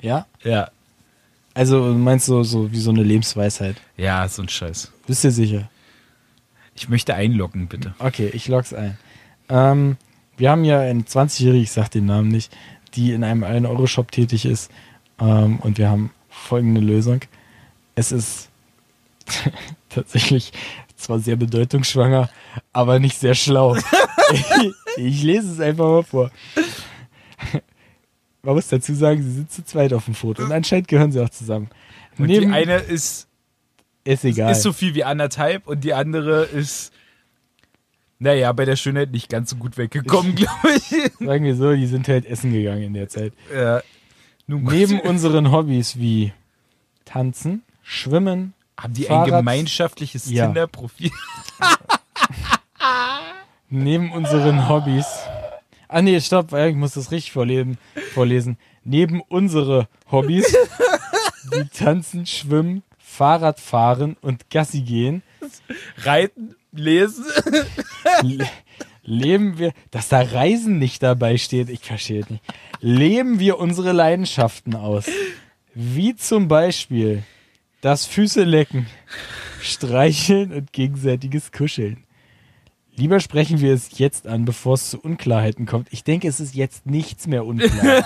C: Ja?
B: Ja.
C: Also du meinst du so, so wie so eine Lebensweisheit?
B: Ja, so ein Scheiß.
C: Bist du sicher?
B: Ich möchte einloggen, bitte.
C: Okay, ich log's ein. Ähm, wir haben ja einen 20-Jährigen, ich sag den Namen nicht, die in einem 1-Euro-Shop tätig ist. Ähm, und wir haben folgende Lösung. Es ist tatsächlich zwar sehr bedeutungsschwanger, aber nicht sehr schlau. ich, ich lese es einfach mal vor. Man muss dazu sagen, sie sind zu zweit auf dem Foto und anscheinend gehören sie auch zusammen.
B: Und
C: Neben,
B: die eine ist,
C: ist egal.
B: ist so viel wie anderthalb und die andere ist, naja, bei der Schönheit nicht ganz so gut weggekommen, glaube ich.
C: sagen wir so, die sind halt essen gegangen in der Zeit.
B: Ja. Nun gut.
C: Neben unseren Hobbys wie Tanzen, Schwimmen,
B: Haben die ein
C: Fahrrad-
B: gemeinschaftliches
C: Ja.
B: Tinder-Profil?
C: neben unseren Hobbys. Ah nee, stopp, äh, ich muss das richtig vorlesen. vorlesen. Neben unsere Hobbys wie Tanzen, Schwimmen, Fahrrad fahren und Gassi gehen,
B: Reiten, lesen.
C: le leben wir, dass da Reisen nicht dabei steht, ich verstehe es nicht. Leben wir unsere Leidenschaften aus. Wie zum Beispiel das Füße lecken, streicheln und gegenseitiges Kuscheln. Lieber sprechen wir es jetzt an, bevor es zu Unklarheiten kommt. Ich denke, es ist jetzt nichts mehr unklar.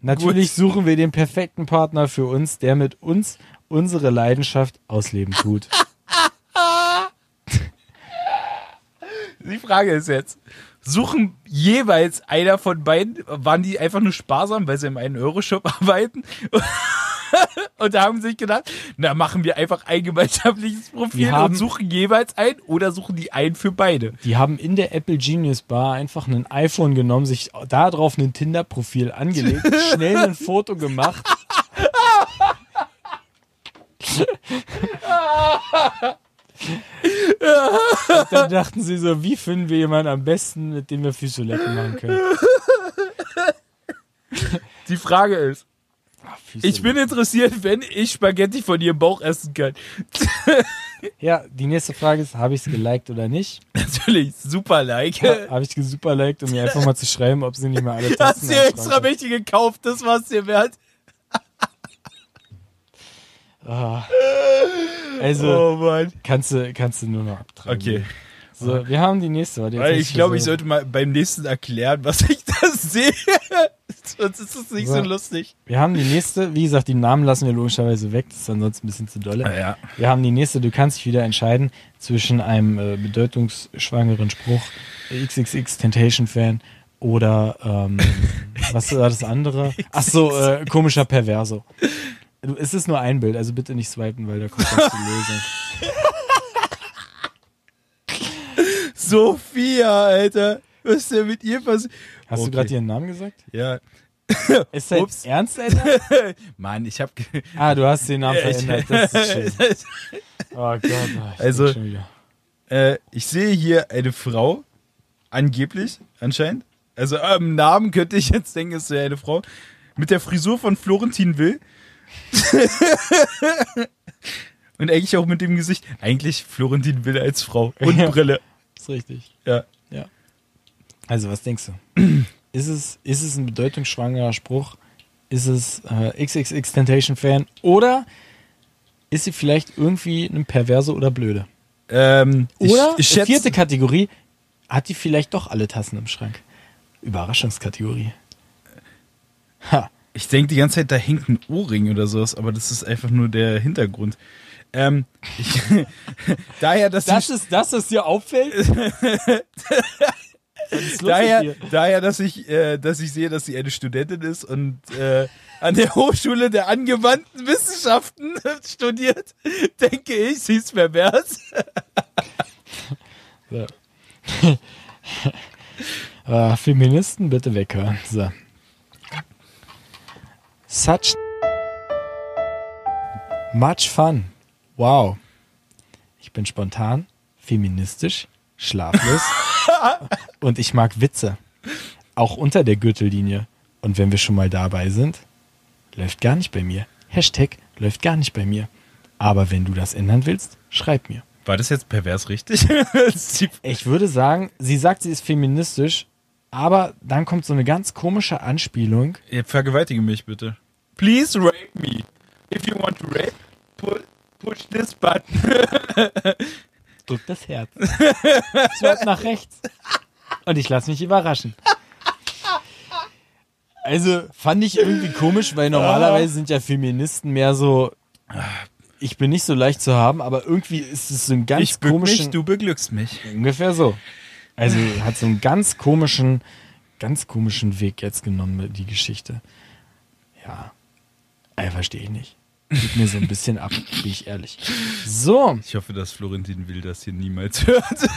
C: Natürlich suchen wir den perfekten Partner für uns, der mit uns unsere Leidenschaft ausleben tut.
B: Die Frage ist jetzt, suchen jeweils einer von beiden, waren die einfach nur sparsam, weil sie im 1-Euro-Shop arbeiten? Und da haben sie sich gedacht, na machen wir einfach ein gemeinschaftliches Profil
C: Wir haben-
B: und suchen jeweils einen oder suchen die einen für beide.
C: Die haben in der Apple Genius Bar einfach ein iPhone genommen, sich darauf ein Tinder-Profil angelegt, schnell ein Foto gemacht. Und dann dachten sie so, wie finden wir jemanden am besten, mit dem wir Füßelecken machen können?
B: Die Frage ist,
C: Ach,
B: ich bin interessiert, wenn ich Spaghetti von ihrem Bauch essen kann.
C: Ja, die nächste Frage ist, habe ich es geliked oder nicht?
B: Natürlich, super Like.
C: Ha- Habe ich gesuperliked, um mir einfach mal zu schreiben, ob sie nicht mehr alle
B: Hast
C: Tassen
B: dir
C: am
B: extra
C: Schrank
B: welche gekauft, das war's dir wert.
C: hat. Ah. Also,
B: oh Mann.
C: kannst du, kannst du nur noch abtreiben.
B: Okay.
C: So, wir haben die nächste. Warte, jetzt
B: Weil
C: muss
B: ich glaube, ich
C: versuchen.
B: sollte mal beim nächsten erklären, was ich da sehe. Sonst ist es nicht so,
C: So.
B: lustig.
C: Wir haben die nächste. Wie gesagt, die Namen lassen wir logischerweise weg. Das ist ansonsten ein bisschen zu dolle.
B: Naja.
C: Wir haben die nächste. Du kannst dich wieder entscheiden zwischen einem äh, bedeutungsschwangeren Spruch, äh, XXX Temptation Fan oder ähm, was war das andere? Ach so, äh, komischer Perverso. Du- Es ist nur ein Bild, also bitte nicht swipen, weil da kommt was zu lösen.
B: Sophia, Alter. Was ist denn mit ihr passiert?
C: Hast
B: Okay.
C: du gerade ihren Namen gesagt?
B: Ja.
C: Ist das
B: Ups.
C: ernst, Alter?
B: Mann, ich hab. ge-
C: Ah, du hast den Namen
B: Ja, ich-
C: verändert. Das ist schön. Oh Gott. Oh, ich
B: Also-
C: denk schon wieder.
B: Äh, ich sehe hier eine Frau, angeblich, anscheinend. Also am Namen könnte ich jetzt denken, es wäre eine Frau. Mit der Frisur von Florentin Will. Und eigentlich auch mit dem Gesicht. Eigentlich Florentin Will als Frau. Und
C: Ja.
B: Brille.
C: Ist richtig.
B: Ja.
C: Also, was denkst du? ist, es, ist es ein bedeutungsschwangerer Spruch? Ist es äh, XXX Temptation Fan? Oder ist sie vielleicht irgendwie eine Perverse oder Blöde?
B: Ähm,
C: Oder
B: ich, ich
C: äh,
B: schätze,
C: vierte Kategorie, hat die vielleicht doch alle Tassen im Schrank? Überraschungskategorie. Ha.
B: ich denke die ganze Zeit, da hängt ein Ohrring oder sowas, aber das ist einfach nur der Hintergrund. Ähm, ich, daher, dass
C: Das
B: ich,
C: ist das, was dir auffällt?
B: daher, daher, dass ich, äh, dass ich sehe, dass sie eine Studentin ist und äh, an der Hochschule der angewandten Wissenschaften studiert, denke ich, sie ist pervers.
C: So. Ah, Feministen bitte weghören. So. Such much fun. Wow. Ich bin spontan, feministisch, schlaflos und ich mag Witze. Auch unter der Gürtellinie. Und wenn wir schon mal dabei sind, läuft gar nicht bei mir. Hashtag läuft gar nicht bei mir. Aber wenn du das ändern willst, schreib mir.
B: War das jetzt pervers richtig?
C: Ich würde sagen, sie sagt, sie ist feministisch, aber dann kommt so eine ganz komische Anspielung.
B: Vergewaltige mich bitte. Please rape me. If you want to rape, pu- push this button.
C: Drückt das Herz. Swipe nach rechts. Und ich lasse mich überraschen. Also fand ich irgendwie komisch, weil normalerweise sind ja Feministen mehr so, ich bin nicht so leicht zu haben, aber irgendwie ist es so ein ganz
B: ich bück
C: komischen...
B: mich, du beglückst mich.
C: Ungefähr so. Also hat so einen ganz komischen, ganz komischen Weg jetzt genommen, die Geschichte. Ja. Ey, verstehe ich nicht. Geht mir so ein bisschen ab, bin ich ehrlich. So.
B: Ich hoffe, dass Florentin Will das hier niemals hört.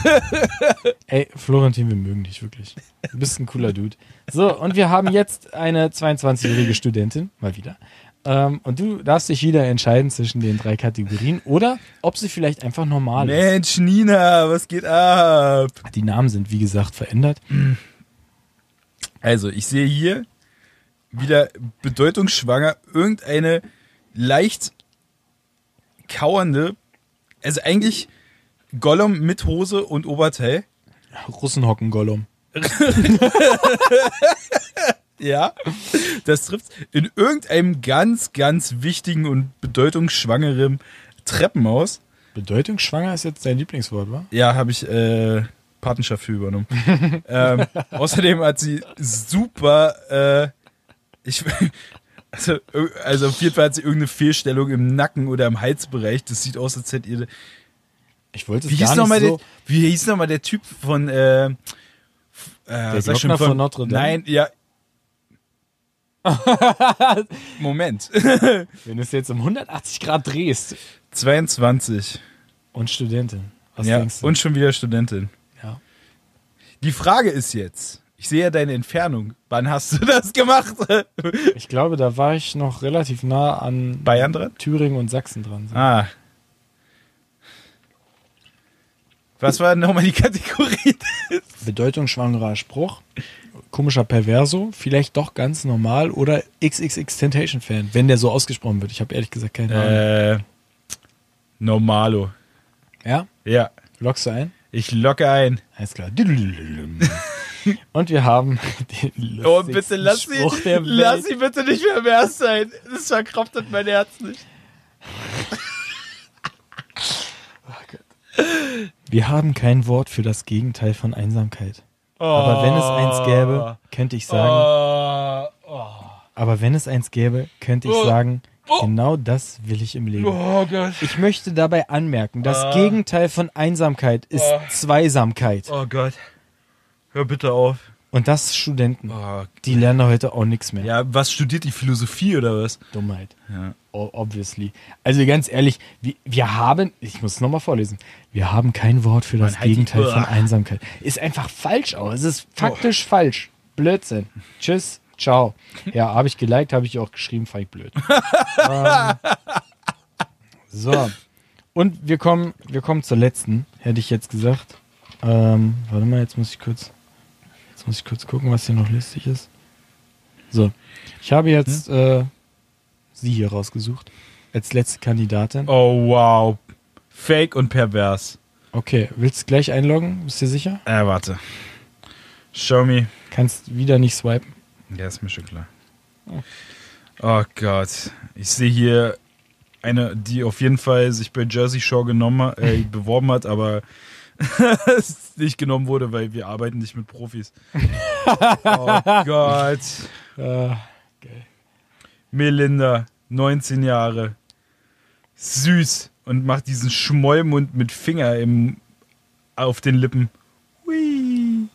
C: Ey, Florentin, wir mögen dich wirklich. Du bist ein cooler Dude. So, und wir haben jetzt eine 22-jährige Studentin, mal wieder. Ähm, und du darfst dich wieder entscheiden zwischen den drei Kategorien oder ob sie vielleicht einfach normal ist.
B: Mensch, Nina, was geht ab?
C: Die Namen sind, wie gesagt, verändert.
B: Also, ich sehe hier wieder bedeutungsschwanger irgendeine leicht kauernde, also eigentlich Gollum mit Hose und Oberteil.
C: Russenhocken-Gollum.
B: Ja, das trifft in irgendeinem ganz, ganz wichtigen und bedeutungsschwangeren Treppenhaus.
C: Bedeutungsschwanger ist jetzt dein Lieblingswort, wa?
B: Ja, habe ich äh, Patenschaft für übernommen. ähm, außerdem hat sie super, äh, ich, also, ir- also auf jeden Fall hat sie irgendeine Fehlstellung im Nacken oder im Halsbereich. Das sieht aus, als hätte ihr.
C: Ich wollte es
B: Wie
C: gar
B: hieß
C: nicht
B: nochmal
C: so.
B: der, wie hieß noch mal der Typ von? Äh, äh, der
C: Glockner von Notre Dame?
B: Nein, ja. Moment.
C: Wenn du es jetzt um 180 Grad drehst.
B: 22.
C: Und Studentin. Was
B: ja,
C: denkst du?
B: und schon wieder Studentin.
C: ja.
B: Die Frage ist jetzt, ich sehe ja deine Entfernung. Wann hast du das gemacht?
C: Ich glaube, da war ich noch relativ nah an
B: Bayern dran?
C: Thüringen und Sachsen dran.
B: Ah. Was war nochmal die Kategorie?
C: Bedeutungsschwangerer Spruch, komischer Perverso, vielleicht doch ganz normal oder XXX Temptation Fan, wenn der so ausgesprochen wird. Ich habe ehrlich gesagt keine Ahnung.
B: äh, Normalo. Äh.
C: Ja,
B: Ja,
C: lockst du ein?
B: ich locke ein.
C: Alles klar. Und wir haben den
B: Oh, bitte lass sie,
C: Spruch der Welt.
B: lass sie bitte nicht pervers sein. Das verkraftet mein Herz nicht.
C: Wir haben kein Wort für das Gegenteil von Einsamkeit. Aber wenn es eins gäbe, könnte ich sagen,
B: Oh,
C: aber wenn es eins gäbe, könnte ich
B: Oh.
C: sagen,
B: Oh.
C: genau das will ich im Leben.
B: oh Gott.
C: Ich möchte dabei anmerken, das Gegenteil von Einsamkeit ist
B: Oh.
C: Zweisamkeit.
B: Oh Gott. Hör bitte auf.
C: Und das Studenten.
B: Oh.
C: Die lernen heute auch nichts mehr.
B: Ja, was studiert die Philosophie oder was?
C: Dummheit.
B: Ja.
C: O- Obviously. Also ganz ehrlich, wir, wir haben, ich muss es nochmal vorlesen, wir haben kein Wort für das
B: Man, halt die-
C: Gegenteil von
B: Uah.
C: Einsamkeit. Ist einfach falsch aus. Es ist faktisch falsch. Blödsinn. Tschüss, ciao. Ja, habe ich geliked, habe ich auch geschrieben, fand ich blöd. ähm, so. Und wir kommen, wir kommen zur letzten, hätte ich jetzt gesagt. Ähm, warte mal, jetzt muss ich kurz, jetzt muss ich kurz gucken, was hier noch listig ist. So. Ich
B: Mhm.
C: habe jetzt äh, sie hier rausgesucht. Als letzte Kandidatin.
B: Oh wow. Fake und pervers.
C: Okay, willst du gleich einloggen? Bist du dir sicher?
B: Äh, warte. Show me.
C: Kannst wieder nicht swipen.
B: Ja, ist mir schon klar. Oh Gott. Ich sehe hier eine, die auf jeden Fall sich bei Jersey Shore genommen, hat- äh, beworben hat, aber nicht genommen wurde, weil wir arbeiten nicht mit Profis. oh Gott. Äh,
C: Äh,
B: Melinda, 19 Jahre. Süß und macht diesen Schmollmund mit Finger im, auf den Lippen. Hui.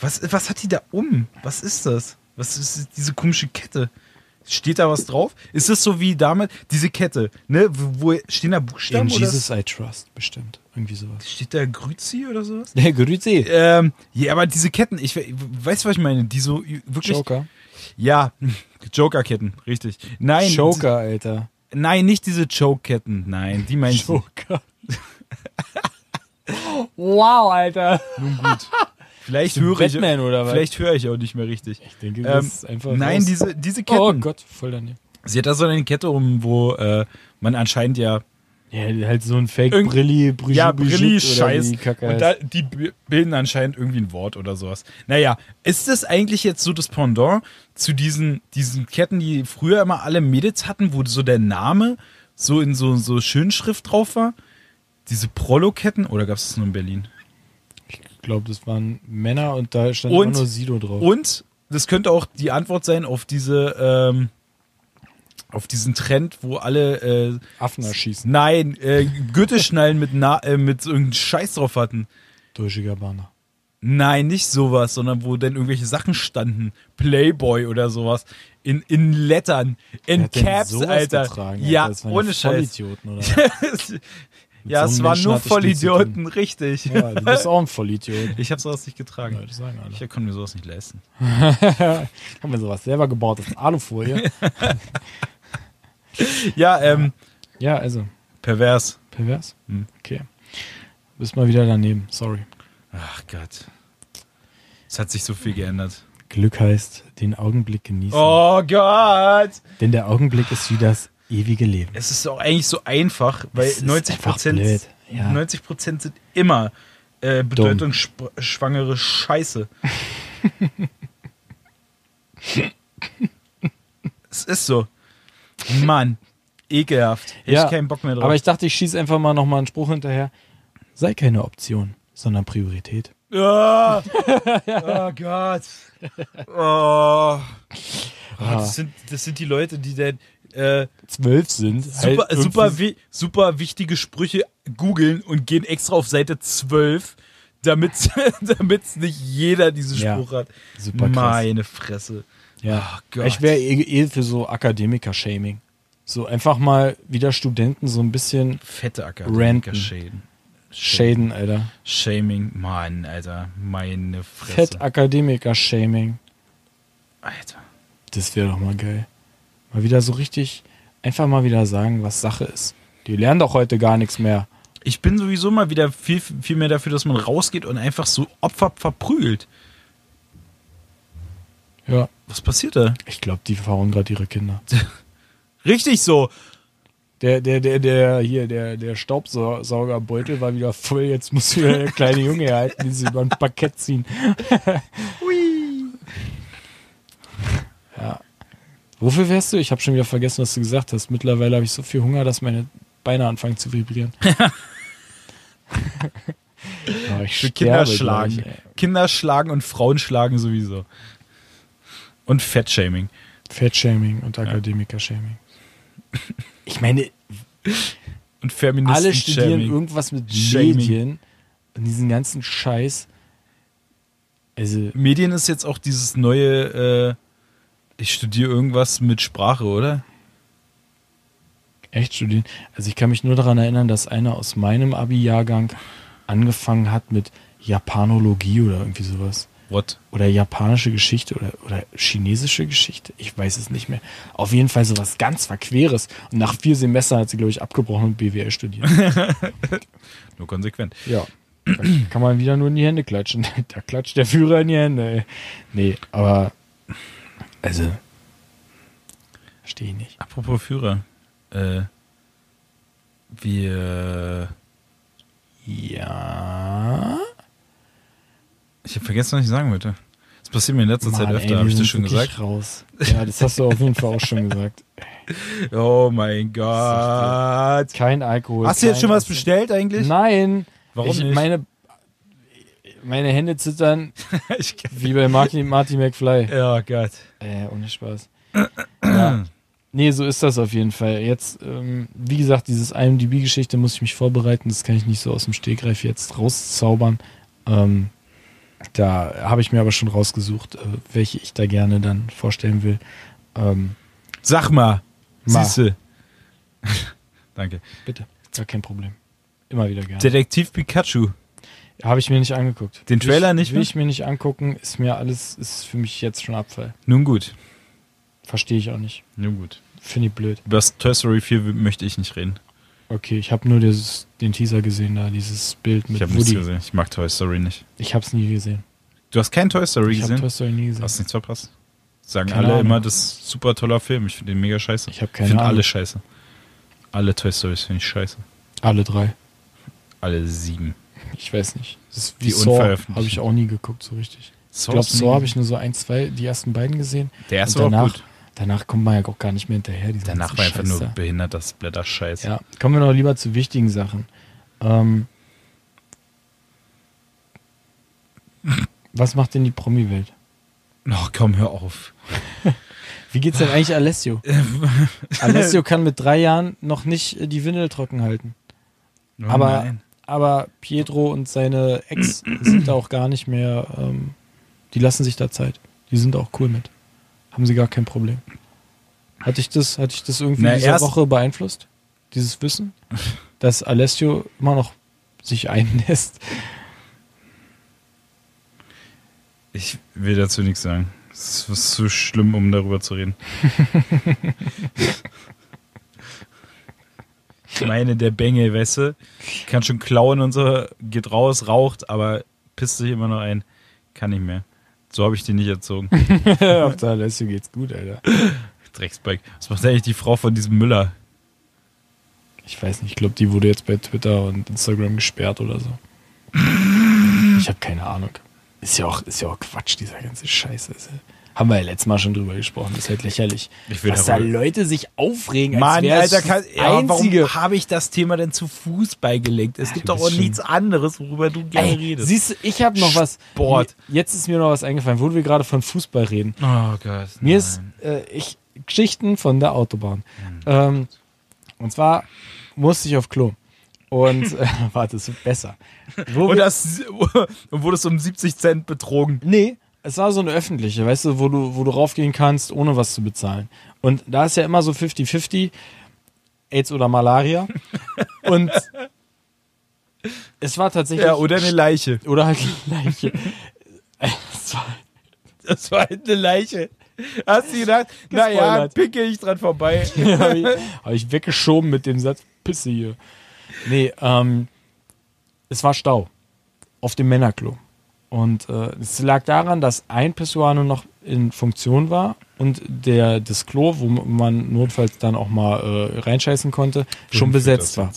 B: Was, was hat die da um? Was ist das? Was ist diese komische Kette? Steht da was drauf? Ist das so wie damals diese Kette, ne? Wo, wo stehen da Buchstaben
C: In
B: oder
C: Jesus I Trust, bestimmt. Irgendwie sowas. Äh,
B: steht da Grüzi oder sowas?
C: Der Grüße.
B: Ähm, ja, aber diese Ketten, ich we- weißt du, was ich meine, die so wirklich
C: Joker.
B: ja, Joker-Ketten, richtig. Nein,
C: Joker, Alter.
B: die- nein, nicht diese Joke-Ketten. Nein, die meinst du.
C: Joker. wow, Alter.
B: Vielleicht
C: Bist du
B: höre ich,
C: Batman oder was?
B: vielleicht höre ich auch nicht mehr richtig.
C: Ich denke, das
B: Ähm,
C: ist einfach.
B: nein,
C: raus.
B: diese diese Ketten.
C: Oh Gott, voll daneben.
B: Sie hat da so eine Kette um, wo äh, man anscheinend ja
C: Ja, halt so ein Fake
B: Irgend-
C: Brilli, Brilli,
B: ja
C: Brigitte
B: Brilli
C: oder
B: Scheiß
C: wie die Kacke
B: und da, die b- bilden anscheinend irgendwie ein Wort oder sowas. Naja, ist das eigentlich jetzt so das Pendant zu diesen diesen Ketten, die früher immer alle Mädels hatten, wo so der Name so in so so Schönschrift drauf war? Diese Prolo-Ketten oder gab es das nur in Berlin?
C: Ich glaube, das waren Männer und da stand
B: Und-
C: immer nur Sido drauf.
B: Und das könnte auch die Antwort sein auf diese ähm, auf diesen Trend, wo alle äh,
C: Affen erschießen.
B: nein äh, Gürtelschnallen mit Na äh, mit so irgendeinem Scheiß drauf hatten.
C: Deutsche Gabbana.
B: Nein, nicht sowas, sondern wo dann irgendwelche Sachen standen, Playboy oder sowas in in Lettern, in
C: Wer hat denn
B: Caps,
C: sowas
B: Alter.
C: getragen,
B: ja,
C: Alter? Das waren
B: ohne Scheiß.
C: Vollidioten, oder?
B: ja,
C: so
B: es
C: einem Menschen
B: waren
C: hatte ich
B: nur
C: nichts zu tun.
B: Vollidioten, richtig.
C: ja, du bist auch ein Vollidiot.
B: Ich habe sowas nicht getragen.
C: Leute sagen alle.
B: Ich konnte mir sowas nicht leisten.
C: Ich habe mir sowas selber gebaut, das ist Alufolie.
B: Ja, ähm,
C: ja, also,
B: pervers.
C: pervers.
B: Hm.
C: Okay. Bist mal wieder daneben, sorry.
B: Ach Gott. Es hat sich so viel geändert.
C: Glück heißt, den Augenblick genießen.
B: Oh Gott!
C: Denn der Augenblick ist wie das ewige Leben.
B: Es ist auch eigentlich so einfach, weil
C: Es ist
B: 90
C: einfach blöd,
B: Prozent,
C: ja.
B: 90 Prozent sind immer äh, bedeutungsschwangere Scheiße. es ist so. Mann, ekelhaft. Hätte
C: Ja,
B: ich keinen Bock mehr drauf.
C: Aber ich dachte, ich schieße einfach mal nochmal einen Spruch hinterher. Sei keine Option, sondern Priorität.
B: Ah! oh Gott. Oh. Ah, Das, sind, das sind die Leute, die dann äh,
C: Zwölf sind.
B: super,
C: halt
B: super,
C: irgendwie-
B: wi super wichtige Sprüche googeln und gehen extra auf Seite 12, damit es nicht jeder diesen
C: Ja,
B: Spruch hat.
C: super krass.
B: Meine Fresse.
C: Ja,
B: Oh Gott.
C: ich wäre eh, eh für so Akademiker-Shaming. So einfach mal wieder Studenten so ein bisschen
B: Fette Akademiker
C: Ranten.
B: Shaden.
C: shaden, Alter.
B: Shaming. Mann, Alter. Meine Fresse.
C: Fett Akademiker-Shaming.
B: Alter.
C: Das wäre doch mal geil. Mal wieder so richtig, einfach mal wieder sagen, was Sache ist. Die lernen doch heute gar nichts mehr.
B: Ich bin sowieso mal wieder viel, viel mehr dafür, dass man rausgeht und einfach so Opfer verprügelt.
C: Ja.
B: Was passiert da?
C: Ich glaube, die verhauen gerade ihre Kinder.
B: Richtig so.
C: Der, der, der, der, hier, der, der Staubsaugerbeutel war wieder voll. Jetzt muss wieder der kleine Junge halten, die sie über ein Parkett ziehen. ja. Wofür wärst du? Ich habe schon wieder vergessen, was du gesagt hast. Mittlerweile habe ich so viel Hunger, dass meine Beine anfangen zu vibrieren. Ja, ich
B: Für
C: sterbe
B: Kinder
C: gleich,
B: schlagen.
C: ey.
B: Kinder schlagen und Frauen schlagen sowieso. Und Fettshaming.
C: Fettshaming und Akademikershaming. Ich meine,
B: Und Feministen
C: alle studieren
B: Shaming.
C: irgendwas mit
B: Shaming.
C: Medien und diesen ganzen Scheiß. Also,
B: Medien ist jetzt auch dieses neue, äh, ich studiere irgendwas mit Sprache, oder?
C: echt studieren. Also, ich kann mich nur daran erinnern, dass einer aus meinem Abi-Jahrgang angefangen hat mit Japanologie oder irgendwie sowas.
B: What?
C: Oder japanische Geschichte oder, oder chinesische Geschichte. Ich weiß es nicht mehr. Auf jeden Fall sowas ganz Verqueres. Und nach vier Semestern hat sie, glaube ich, abgebrochen und BWL studiert.
B: Nur konsequent.
C: Ja. Kann kann man wieder nur in die Hände klatschen. Da klatscht der Führer in die Hände. Ey. Nee, aber. Also. Verstehe ich nicht.
B: Apropos Führer. Äh, wir.
C: Ja.
B: Ich habe vergessen, was ich sagen wollte. Das passiert mir in letzter Zeit
C: Mann,
B: öfter,
C: ey, wir
B: habe ich das
C: sind
B: schon
C: wirklich
B: gesagt.
C: raus. Ja, das hast du auf jeden Fall auch schon gesagt.
B: Oh mein Gott.
C: Kein Alkohol.
B: Hast du jetzt
C: kein
B: schon was
C: Essen.
B: bestellt eigentlich?
C: Nein.
B: Warum
C: ich,
B: nicht?
C: Meine, meine Hände zittern
B: Ich,
C: wie bei Martin, Martin McFly.
B: oh Gott.
C: Äh, ohne Spaß. ja. Nee, so ist das auf jeden Fall. Jetzt, ähm, wie gesagt, dieses IMDb-Geschichte muss ich mich vorbereiten. Das kann ich nicht so aus dem Stegreif jetzt rauszaubern. Ähm, da habe ich mir aber schon rausgesucht, äh, welche ich da gerne dann vorstellen will. Ähm,
B: Sag mal.
C: Ma.
B: Siehste. Danke.
C: bitte, gar kein Problem. Immer wieder gerne.
B: Detektiv Pikachu.
C: Habe ich mir nicht angeguckt.
B: Den
C: Will
B: Trailer
C: ich,
B: nicht
C: Will
B: mehr?
C: ich mir nicht angucken. Ist mir alles, ist für mich jetzt schon Abfall.
B: Nun gut.
C: Verstehe ich auch nicht.
B: Nun gut.
C: Finde ich blöd.
B: Über das Toy Story 4 möchte ich nicht reden.
C: Okay, ich habe nur dieses, den Teaser gesehen da, dieses Bild mit
B: Ich habe nichts
C: Woody.
B: gesehen. Ich mag Toy Story nicht.
C: Ich habe es nie gesehen.
B: Du hast kein Toy Story
C: Ich habe
B: gesehen?
C: Toy Story nie gesehen.
B: Hast nichts verpasst? Sagen
C: Keine
B: alle
C: Ahnung.
B: immer, das ist ein super toller Film. Ich finde den mega scheiße.
C: Ich hab keine
B: finde
C: Ahnung.
B: alle scheiße. Alle Toy Stories finde ich scheiße.
C: Alle drei.
B: Alle sieben.
C: Ich weiß nicht. Das ist wie
B: Die
C: Saw
B: unveröffentlichten.
C: habe ich auch nie geguckt so richtig. Ich
B: So
C: glaube, Saw habe ich nur so ein, zwei, die ersten beiden gesehen.
B: Der erste
C: Und
B: war auch
C: danach,
B: gut.
C: Danach kommt man ja auch gar nicht mehr hinterher. diesen
B: Danach
C: ganzen
B: war einfach
C: Scheiß
B: nur
C: da.
B: behindert, das Blätterscheiß.
C: Ja, kommen wir noch lieber zu wichtigen Sachen. Ähm, was macht denn die Promi-Welt?
B: Ach Oh, komm, hör auf.
C: Wie geht's denn eigentlich Alessio? Alessio kann mit drei Jahren noch nicht äh, die Windel trocken halten.
B: Oh
C: aber,
B: nein.
C: aber Pietro und seine Ex sind da auch gar nicht mehr, ähm, die lassen sich da Zeit. Die sind auch cool mit. Haben sie gar kein Problem. Hatte ich das, hatte ich das irgendwie
B: Na,
C: diese
B: erst-
C: Woche beeinflusst? Dieses Wissen? Dass Alessio immer noch sich einlässt.
B: Ich will dazu nichts sagen. Es ist zu schlimm, um darüber zu reden. Ich meine, der Bengel, weißt du, kann schon klauen und so, geht raus, raucht, aber pisst sich immer noch ein. Kann nicht mehr. So habe ich den nicht erzogen.
C: Auf der Alessio geht's gut, Alter.
B: Drecksbike. Was macht eigentlich die Frau von diesem Müller?
C: Ich weiß nicht, ich glaube, die wurde jetzt bei Twitter und Instagram gesperrt oder so. Ich habe keine Ahnung. Ist ja, auch, ist ja auch Quatsch, dieser ganze Scheiß. Also, haben wir ja letztes Mal schon drüber gesprochen. Ist halt lächerlich.
B: Ich will
C: Was da
B: darüber-
C: Leute sich aufregen,
B: Mann,
C: wär's
B: Alter, kann,
C: das
B: ja,
C: einzige.
B: warum habe ich das Thema denn zu Fußball gelenkt? Es gibt
C: du
B: doch
C: bist
B: auch
C: schon-
B: nichts anderes, worüber du gerne
C: Ey,
B: redest.
C: siehst du, ich habe noch was.
B: Sport.
C: Mir- Jetzt ist mir noch was eingefallen, wo wir gerade von Fußball reden.
B: oh Gott.
C: Mir ist äh, ich, Geschichten von der Autobahn.
B: Hm.
C: Ähm, und zwar musste ich auf Klo. Und äh, warte, es wird besser. Wo
B: Und,
C: wir-
B: das, und wurdest um 70 Cent betrogen.
C: Nee, es war so eine öffentliche, weißt du, wo du, wo du raufgehen kannst, ohne was zu bezahlen. Und da ist ja immer so 50-50, AIDS oder Malaria. Und es war tatsächlich.
B: Ja, oder eine Leiche.
C: Oder halt die Leiche. Es war,
B: Das war halt eine Leiche. Hast du gedacht, naja,
C: Gespoilert.
B: picke ich dran vorbei.
C: habe ich, hab ich weggeschoben mit dem Satz, Pisse hier. Nee, ähm, es war Stau auf dem Männerklo. Und äh, es lag daran, dass ein Pissoir nur noch in Funktion war und der, das Klo, wo man notfalls dann auch mal äh, reinscheißen konnte, schon besetzt war.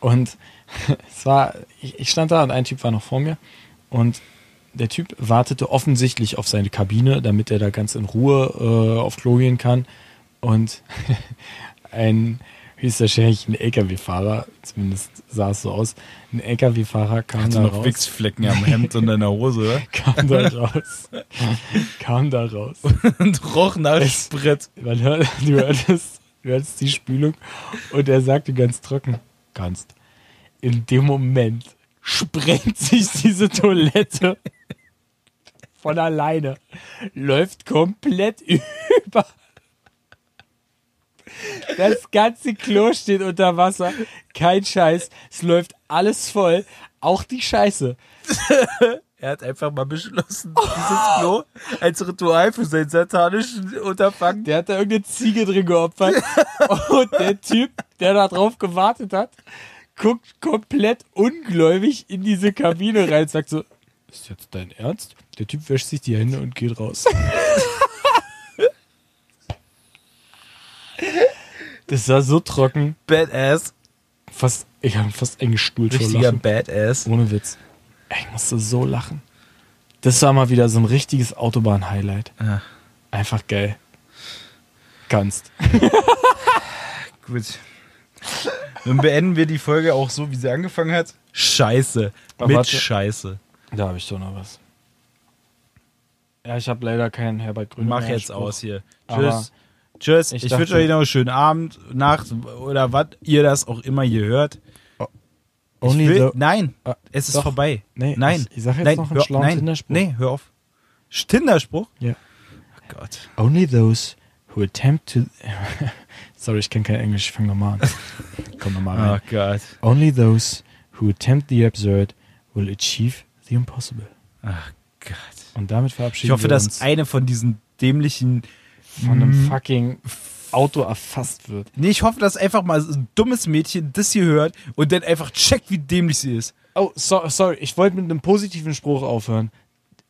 C: Und es war, ich, ich stand da und ein Typ war noch vor mir und der Typ wartete offensichtlich auf seine Kabine, damit er da ganz in Ruhe äh, auf Klo gehen kann. Und ein höchstwahrscheinlich ein LKW-Fahrer, zumindest sah es so aus, ein LKW-Fahrer kam
B: Hatte
C: da
B: noch
C: raus,
B: Wichsflecken am Hemd und an der Hose, oder?
C: kam da raus, kam da raus.
B: und roch nach Sprit.
C: Man hört, du, hörtest, du hörtest die Spülung und er sagte ganz trocken, kannst. In dem Moment sprengt sich diese Toilette von alleine, läuft komplett über. Das ganze Klo steht unter Wasser, kein Scheiß, es läuft alles voll, auch die Scheiße.
B: Er hat einfach mal beschlossen, dieses Klo als Ritual für sein satanischen Unterfangen.
C: Der hat da irgendeine Ziege drin geopfert. Und der Typ, der da drauf gewartet hat, guckt komplett ungläubig in diese Kabine rein und sagt so, ist jetzt dein Ernst? Der Typ wäscht sich die Hände und geht raus. Das war so trocken.
B: Badass.
C: Fast, ich habe fast eingestuhlt vor
B: Richtiger
C: Lachen.
B: Badass.
C: Ohne Witz. Ey, Ich musste so lachen. Das war mal wieder so ein richtiges Autobahn-Highlight.
B: Ah,
C: Einfach geil. Kannst.
B: gut. Nun beenden wir die Folge auch so, wie sie angefangen hat. Scheiße.
C: Aber
B: Mit
C: warte.
B: Scheiße.
C: Da habe ich doch noch was. Ja, ich habe leider keinen Herbert Grönemeyer.
B: Mach jetzt
C: Spruch.
B: aus hier.
C: Aber
B: Tschüss. Tschüss.
C: ich
B: Ich,
C: dachte-
B: wünsche euch noch einen schönen Abend, Nacht oder was ihr das auch immer hier hört. Ich
C: Only
B: will,
C: the-
B: nein,
C: Ah,
B: es ist
C: doch.
B: vorbei.
C: Nee,
B: nein,
C: ich- ich sag jetzt
B: nein,
C: noch einen
B: hör,
C: schlauen
B: nein,
C: Tinderspruch.
B: Nee, hör auf. Tinderspruch?
C: Ja.
B: Oh Gott.
C: Only those who attempt to. Sorry, ich kenne kein Englisch. Ich fange nochmal an. Komm nochmal rein.
B: Oh Gott.
C: Only those who attempt the absurd will achieve the impossible.
B: Oh Gott.
C: Und damit verabschieden
B: Ich hoffe,
C: wir
B: dass
C: uns
B: eine von diesen dämlichen.
C: von einem fucking Auto erfasst wird.
B: Nee, ich hoffe, dass einfach mal so ein dummes Mädchen das hier hört und dann einfach checkt, wie dämlich sie ist.
C: Oh, so, sorry, ich wollte mit einem positiven Spruch aufhören.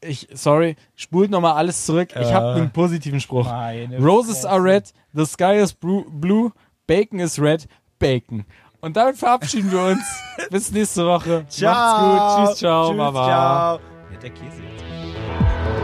C: Ich, sorry, spult nochmal alles zurück. Ich habe
B: Äh.
C: einen positiven Spruch.
B: Meine
C: Roses
B: Fresse.
C: are red, the sky is bru- blue, bacon is red, bacon. Und damit verabschieden wir uns. Bis nächste Woche. Macht's gut. Tschüss, ciao, baba.
B: Ciao. Ja, der Käse jetzt.